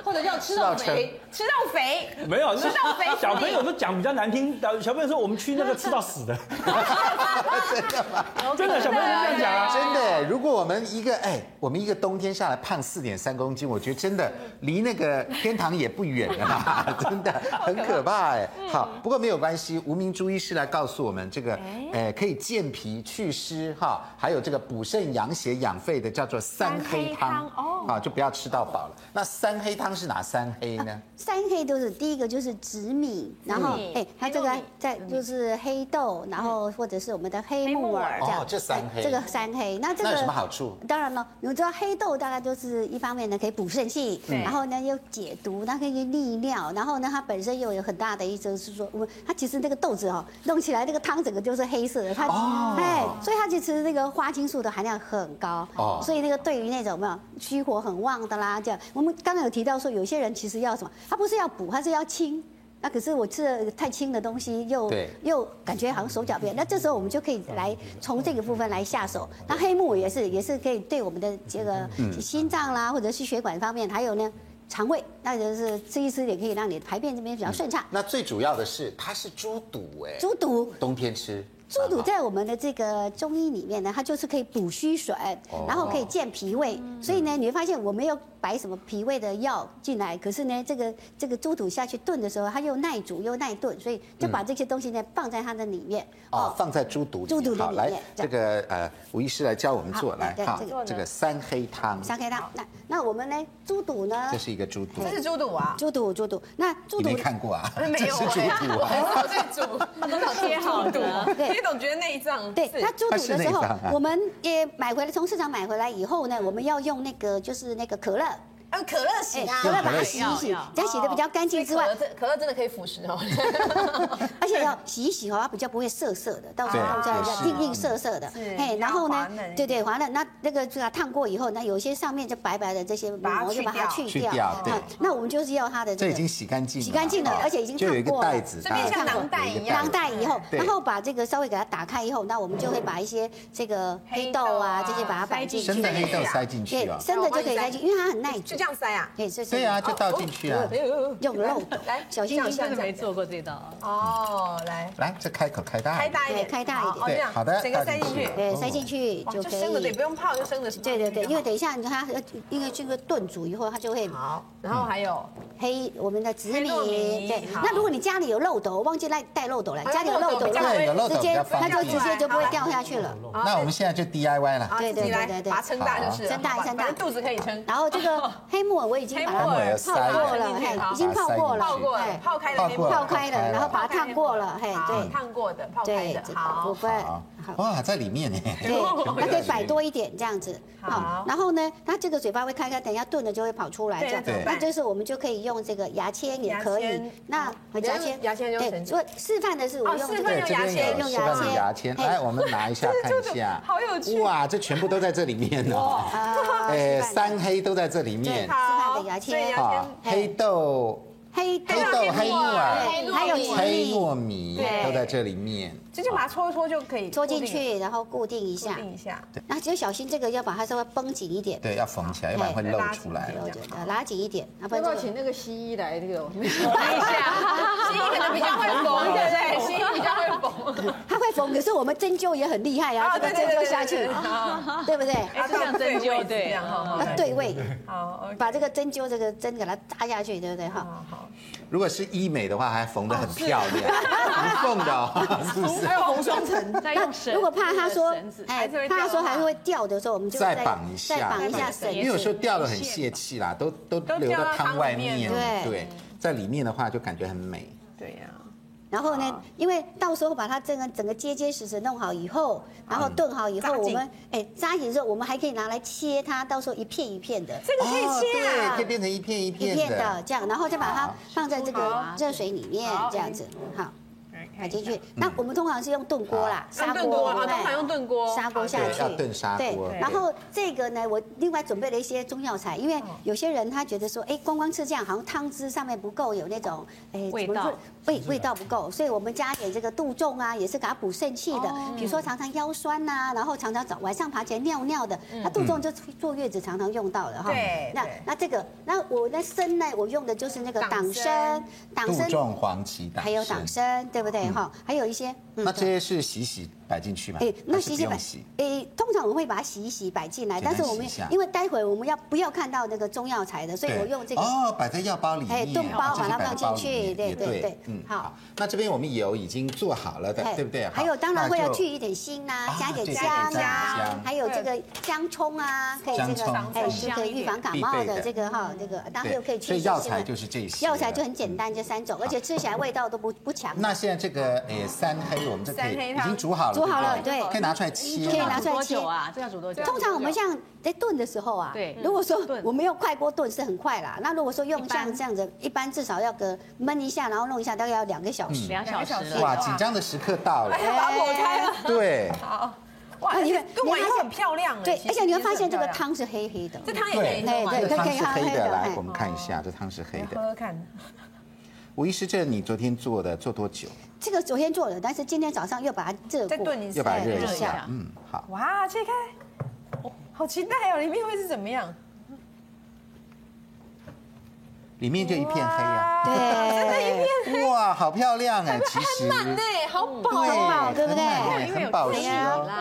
S7: 或者要吃
S2: 吃到
S7: 到
S2: 撑
S7: 肥，
S1: 吃到肥，
S8: 没有，那
S1: 到肥死
S8: 小朋友都讲比较难听，小朋友说我们去那个吃到 死的，
S2: 真的吗？
S8: 真的小朋友就这样讲啊。
S2: 真的，如果我们一个哎，我们一个冬天下来胖四点三公斤，我觉得真的离那个天堂也不远了啦， 真的很可怕哎。好，不过没有关系，无名朱医师来告诉我们这个，哎，可以健脾祛湿哈，还有这个补肾养血养肺的叫做三
S1: 三黑
S2: 黑汤
S1: 汤哦
S2: 啊，就不要吃到饱了。那三黑汤是哪三黑呢？
S6: 三黑都是第一个就是紫米，然后
S1: 米
S6: 哎，它这个
S1: 黑豆米
S6: 在就是黑豆，然后或者是我们的黑木耳
S1: 黑
S2: 木
S6: 这
S2: 耳
S6: 样。
S2: 哦这三
S6: 哎
S2: 黑
S6: 这个三黑，那这个
S2: 那有什么好处？
S6: 当然了，你们知道黑豆大概就是一方面呢可以补肾气，然后呢又解毒，它可以利尿，然后呢它本身又有很大的一就是说，我它其实那个豆子哦弄起来那个汤整个就是黑色的，它
S2: 哦
S6: 哎，所以它其实那个花青素的含量很高，
S2: 哦
S6: 所以那个对于那种有没有虚火很旺的啦，这样我们刚刚有提到说有些人其实要什么，他不是要补，他是要清。那可是我吃了太清的东西，又
S2: 对
S6: 又感觉好像手脚变，那这时候我们就可以来从这个部分来下手。那黑木耳也是也是可以对我们的这个心脏啦，或者是血管方面，还有呢肠胃，那就是吃一吃也可以让你排便这边比较顺畅。
S2: 那最主要的是它是猪肚哎，
S6: 猪肚
S2: 冬天吃
S6: 猪
S2: 蛮
S6: 肚
S2: 好
S6: 在我们的这个中医里面呢，它就是可以补虚损，
S2: 哦
S6: 然后可以健脾胃。
S2: 嗯
S6: 所以呢，你会发现我没有摆什么脾胃的药进来，可是呢，这个这个猪肚下去炖的时候，它又耐煮又耐炖，所以就把这些东西呢放在它的里面。
S2: 哦，放在猪肚里面。
S6: 猪肚里面
S2: 好，来
S6: 这
S2: 这
S6: 样
S2: 个呃，吴医师来教我们做，
S6: 好
S2: 来
S6: 对
S2: 哈
S6: 这个，
S2: 这个三黑汤，
S6: 三黑汤。那那我们呢，猪肚呢
S2: 这？是一个猪肚
S1: 这，是猪肚啊，
S6: 猪肚，猪肚，那猪
S2: 你
S6: 肚
S2: 没看过啊？
S1: 没有
S2: 这是猪肚啊。
S1: 我很少在煮，很少贴好的，
S6: 对，
S1: 总觉得内脏
S6: 对
S1: 是
S6: 它猪肚的时
S2: 它是内
S6: 候
S2: 脏啊，
S6: 我们也买回来，从市场买回来以后呢，我们要用那个就是那个可乐，
S1: 啊
S6: 哎
S9: 嗯
S1: 可乐洗啊，
S6: 可乐把
S2: 可乐
S6: 它洗一
S1: 要
S6: 洗
S1: 要，
S6: 这样洗的比较干净之
S1: 所
S6: 外
S1: 以可乐，真可乐真的可以腐蚀 哦。
S6: 而且要洗一洗哦，它比较不会涩涩的，到时候
S2: 对
S6: 这
S2: 也
S6: 样
S2: 是
S6: 硬硬涩涩的。
S1: 是
S6: 嘿，然后
S1: 要
S6: 呢
S1: 滑嫩一点，
S6: 对对，完了，那那个这个烫过以后，那有些上面就白白的这些
S1: 把它
S6: 膜就把它去
S2: 去
S6: 掉。
S2: 掉对
S6: 啊那我们就是要它的
S2: 这
S6: 这
S2: 已经
S6: 个
S2: 洗干净了，
S6: 洗干净了
S2: 啊
S6: 而且已经
S2: 就有一个
S6: 烫过了
S2: 袋子，啊
S1: 这边像囊袋一样
S6: 囊袋以后，
S2: 对
S6: 然后把这个稍微给它打开以后，那我们就会把一大一些这个黑豆啊
S1: 黑豆啊
S6: 这些把它摆进去。
S2: 生的黑豆塞进去
S6: 对
S2: 啊，，
S6: 生的就可以塞进，因为它很耐
S1: 就
S6: 煮
S1: 这。样塞 啊，
S6: 对，所以
S2: 对啊，就倒进
S1: 哎
S2: 去
S6: 哎哦
S2: 啊。
S6: 用漏斗，
S1: 来
S6: 小心
S1: 这样
S6: 一下
S1: 这。样
S5: 没做过这道。
S1: 哦，来
S2: 来，这开口开大，
S1: 开大一点，
S6: 对开大一点
S1: 哦哦这样
S2: 对好的
S1: 整个塞进去
S2: 倒进，
S6: 对，塞进去
S1: 哇
S6: 就
S1: 就
S6: 可
S1: 生的对，
S6: 以
S1: 不。用泡就生的是吗
S6: 对对对，因为等一下你看它，因为这个炖煮以后，它就会
S1: 好，然
S2: 嗯
S1: 后还有
S6: 黑我们的紫
S1: 黑
S6: 米。
S1: 糯米
S6: 对
S1: 好，
S6: 那如果你家里有漏斗，忘记带带漏斗了，
S1: 哎
S6: 家里有漏
S1: 漏斗
S6: 斗的
S1: 比较
S6: 话，
S1: 好
S2: 对，有漏
S6: 直
S2: 斗比
S6: 接
S2: 较
S6: 它
S2: 方
S6: 就
S2: 便
S6: 直。接就不会掉下去了。
S2: 那我们现在就 DIY 了
S1: 啊，，
S6: 对
S1: 自己
S6: 对
S1: 来
S6: 对对对
S1: 把它撑大就是了，
S6: 撑大
S1: 好吧
S6: 撑大
S1: 反正肚子可以撑。
S6: 然后这个黑木耳我已经把它
S1: 黑木耳
S6: 泡过
S1: 塞
S6: 了，
S1: 进去
S6: 嘿
S1: 好，
S6: 已经泡过了，
S1: 泡过了
S6: 嘿，
S1: 泡开的黑木
S2: 泡过
S6: 泡
S1: 耳，
S6: 开了，然后把它烫过了，嘿，
S1: 好
S6: 对
S1: 烫过的，泡开
S6: 对，
S1: 的，
S6: 这
S1: 好
S6: 部。分
S2: 好，哇，在里面呢。
S6: 对，它可以摆多一点这样子。
S1: 好
S6: 然后呢，它这个嘴巴会开开，等一下炖了就会跑出来
S1: 对
S6: 这样
S1: 那怎
S2: 么。
S6: 那
S1: 办
S6: 就是我们就可以用这个牙签也可
S1: 牙
S6: 以
S1: 签，
S6: 那牙签
S1: 牙签就
S6: 对
S1: 成，
S6: 如果示范的是我
S1: 哦
S6: 用
S1: 示
S6: 这
S1: 范
S2: 对，
S6: 个
S1: 用
S2: 这
S1: 牙
S2: 边
S1: 签
S2: 有
S6: 用
S2: 示
S6: 牙
S2: 范
S6: 签
S2: 的牙签，
S6: 嘿
S2: 来，我们拿一下看一下，
S1: 好有趣
S2: 哇，这全部都在这里面哦，
S6: 啊
S2: 哎，
S6: 示范的
S2: 三黑都在这里面
S6: 对示范的牙签
S1: 所以牙
S2: 啊
S1: 签，
S2: 黑豆、
S6: 黑豆
S2: 黑豆、黑木耳、
S1: 黑
S6: 对，
S1: 糯
S6: 还有
S1: 米
S6: 奇
S2: 黑
S6: 米
S2: 糯米
S1: 对
S2: 都在这里面，
S1: 直接把它搓一搓就可以
S6: 戳嗯进
S1: 固定了，
S6: 去，然后固定一
S1: 固
S6: 下，
S1: 定一下。
S6: 然后只有小心这个要把它稍微绷紧一点，
S2: 对，要缝起来，要不然会露出来
S6: 然
S2: 了
S6: 后。就呃拉紧一点，要不
S7: 要
S6: 然
S7: 不要
S6: 这
S7: 请
S6: 个
S7: 那个西医来这 个？
S1: 一下，西医可能比较会缝，对不对？西医比较会缝。
S6: 它会缝，可是我们针灸也很厉害啊，
S1: 啊
S6: 这个
S1: 对对
S6: 针
S1: 对
S6: 灸
S1: 对
S6: 下去
S1: 对对对啊，
S6: 对不对？
S1: 啊，这样针灸对，
S6: 要对位。
S1: 好，OK，
S6: 把这个针灸这个针给它扎下去，对不对哈？
S1: 好好，
S2: 如果是医美的话，还缝得很漂亮，无缝的哦，是不是？
S7: 还有红双层，
S5: 再用绳，
S6: 如果怕他说
S5: 绳子，
S6: 哎，
S1: 还是会
S6: 怕
S1: 掉
S6: 他说还会掉的时候，我们就
S2: 啊再绑一下，
S6: 再绑一下
S2: 对因为
S6: 绳。
S2: 有时候掉的很泄气啦，都都
S1: 都
S2: 流
S1: 掉到
S2: 到
S1: 汤
S2: 汤
S1: 里
S2: 外
S1: 面
S2: 面
S6: 了
S2: 了，对，在里面的话就感觉很美。
S1: 对呀，
S6: 然后呢，因为到时候把它整个整个结结实实弄好以后，然后炖好以后，
S1: 扎紧
S6: 我们
S2: 嗯
S6: 哎扎紧之后，我们还可以拿来切它，到时候一片一片的，
S1: 这个可以切
S2: 哦对，
S1: 啊
S2: 可以，变成一片一
S6: 一
S2: 片
S6: 片
S2: 的
S6: 的。这样，然后再把它放在这个
S1: 好
S6: 热水里面
S1: 好哎
S6: 这样子，好。摆进去，那我们通常是用炖锅啦，砂
S1: 用炖
S6: 锅，
S1: 锅啊，
S6: 哎
S1: 通常用炖锅，
S6: 砂锅下
S2: 嗯对
S6: 去，
S2: 要炖砂锅
S6: 对，然后这个呢，我另外准备了一些中药材，因为有些人他觉得说，哎，光光吃这样好像汤汁上面不够，有那种哎
S5: 味
S6: 怎么说
S5: 道
S6: 味味道不够，所以我们加点这个杜仲啊，也是给它补肾气的。比如说常常腰酸呐、然后常常早晚上爬起来尿尿的，那杜仲就坐月子常常用到的哈。
S1: 对
S6: 那
S1: 对
S6: 那这个那我那参呢，我用的就是那个
S1: 党
S6: 党
S1: 参
S6: 参，党
S2: 杜
S6: 参
S2: 仲、黄芪、党参
S6: 还有党参，对不对哈？还有一些嗯
S2: 那这些是洗洗摆进去吗？
S6: 哎，那
S2: 还是
S6: 洗
S2: 不
S6: 洗
S2: 用
S6: 摆，哎，通常我们会把它洗一洗摆进来，
S2: 简单
S6: 但是我们
S2: 洗一下
S6: 因为待会我们要不要看到那个中药材的，所以
S2: 对
S6: 我用这个。
S2: 哦，摆在药包里
S6: 哎
S2: 面，
S6: 炖包
S2: 哦这些
S6: 把它
S2: 摆在
S6: 放进
S2: 包里
S6: 去
S2: 面
S6: 对
S2: 也
S6: 对
S2: 对
S6: 对
S2: 嗯，
S6: 好
S2: 好。那这边我们有已经做好了的
S6: 哎，
S2: 对不对？好
S6: 还有当然会要
S2: 那就
S6: 去一点腥啊
S2: 啊，
S6: 加点
S2: 对
S6: 姜
S2: 加点
S6: 啊
S2: 姜，
S6: 还有这个姜葱啊，可以这
S2: 姜
S6: 个
S2: 葱
S6: 哎
S2: 嗯
S6: 是可以预防感冒
S2: 必备
S6: 的
S2: 的
S6: 这个哈，这个当然又可以去
S2: 所以
S6: 一些
S2: 药
S6: 腥
S2: 材
S6: 味
S2: 就是这些了，嗯
S6: 药材就很简单，就三种，而且吃起来味道都不不强。
S2: 那现在这个诶三黑，我们这可
S1: 三黑
S2: 以已
S1: 汤
S2: 经煮好了，
S6: 煮好了
S2: 对不
S6: 对
S2: 可以拿出来切了，
S6: 可以拿
S5: 煮
S6: 出来
S5: 多
S6: 切
S5: 久啊？这要煮多久？
S6: 通常我们像在炖的时候啊，
S5: 对
S2: 嗯
S6: 如果说
S5: 炖
S6: 我们用快锅炖是很快啦，那如果说用
S5: 一般
S6: 像这样子，一般至少要个焖一下，然后弄一下，大概要两个小时。
S5: 两小时了。
S2: 哇，紧张的时刻到
S6: 哎
S2: 了，
S1: 把它抹开了，
S2: 对，
S1: 好，哇，
S6: 啊你
S1: 你
S6: 看
S1: 看炖完以后很漂亮哎，
S6: 对，
S1: 其
S6: 而
S1: 实
S6: 且你会发
S1: 也是
S6: 现
S1: 很
S6: 这
S1: 漂
S6: 个
S1: 亮，
S6: 汤是黑黑的，哎
S1: 这汤也可以
S2: 对
S1: 弄啊，
S6: 对
S2: 这
S6: 对
S2: 汤
S6: 可以
S2: 是
S6: 喝
S2: 黑
S6: 黑
S2: 的，
S6: 的哎
S2: 来
S6: 嘿
S2: 我们看一下，这汤是黑
S1: 喝
S2: 的。
S1: 喝看，
S2: 吴医师，这你昨天做的做多久？
S6: 这个昨天做的，但是今天早上又把它热
S1: 再
S6: 过，
S1: 炖一
S2: 要
S1: 下，
S2: 把它热一
S5: 热一
S2: 下
S5: 下，
S2: 嗯，好，
S1: 哇，切开，好期待哦，里面会是怎么样？
S2: 里面就一片黑呀，
S6: 对，
S2: 哇，好漂亮哎，其实
S1: 对，好饱
S2: 对，
S6: 很饱对不对
S2: 很美
S5: 因为有
S2: 很保
S5: 吃
S2: 湿
S5: 啦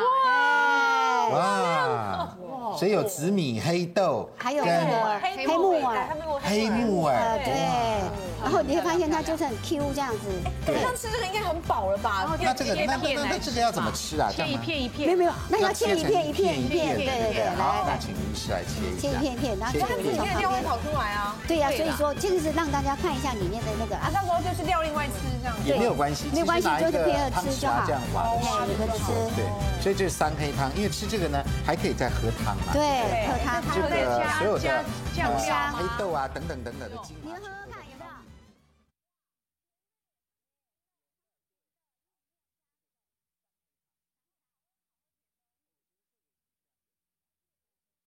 S6: 啊
S2: 哦，哇，所以有紫米、黑豆，
S6: 还有
S2: 跟
S1: 呃
S6: 那个黑木耳，
S1: 黑木耳，
S2: 黑木
S6: 呃
S2: 耳，
S1: 哦
S6: 对，然后你会发现它就是很 Q 这样子。
S1: 对，像吃这个应该很饱了
S6: 哦
S1: 吧？
S2: 那这个那那那那这个要怎么吃啊？这
S5: 切
S2: 样
S5: 一
S2: 吗？
S5: 片一片，
S6: 没有没有，那要切
S2: 成
S6: 一片一片一片，对对对，来
S2: 好，那
S6: 来
S2: 请医师来切一
S6: 切
S2: 下
S6: 一。片一片，然后
S1: 这样子里面的料会跑出来啊。
S6: 对呀、所以说这个是让大家看一下里面的那个
S1: 啊，
S6: 啊，
S1: 到时候就是料另外吃这样。
S2: 也没有关系，
S6: 没有关系
S2: 其实拿一
S6: 就是配合
S2: 个汤
S6: 吃
S2: 匙
S6: 就
S2: 啊
S6: 好
S2: 这样挖
S6: 哇你可以吃
S2: 对，所以这是三黑汤，因为吃这个呢还可以再喝汤嘛。
S6: 对，喝它，
S2: 这
S6: 喝
S2: 个所有的
S5: 加加酱料
S2: 呃
S5: 吗
S2: 黑豆啊等等等等的精
S6: 你
S2: 华
S6: 喝。喝看。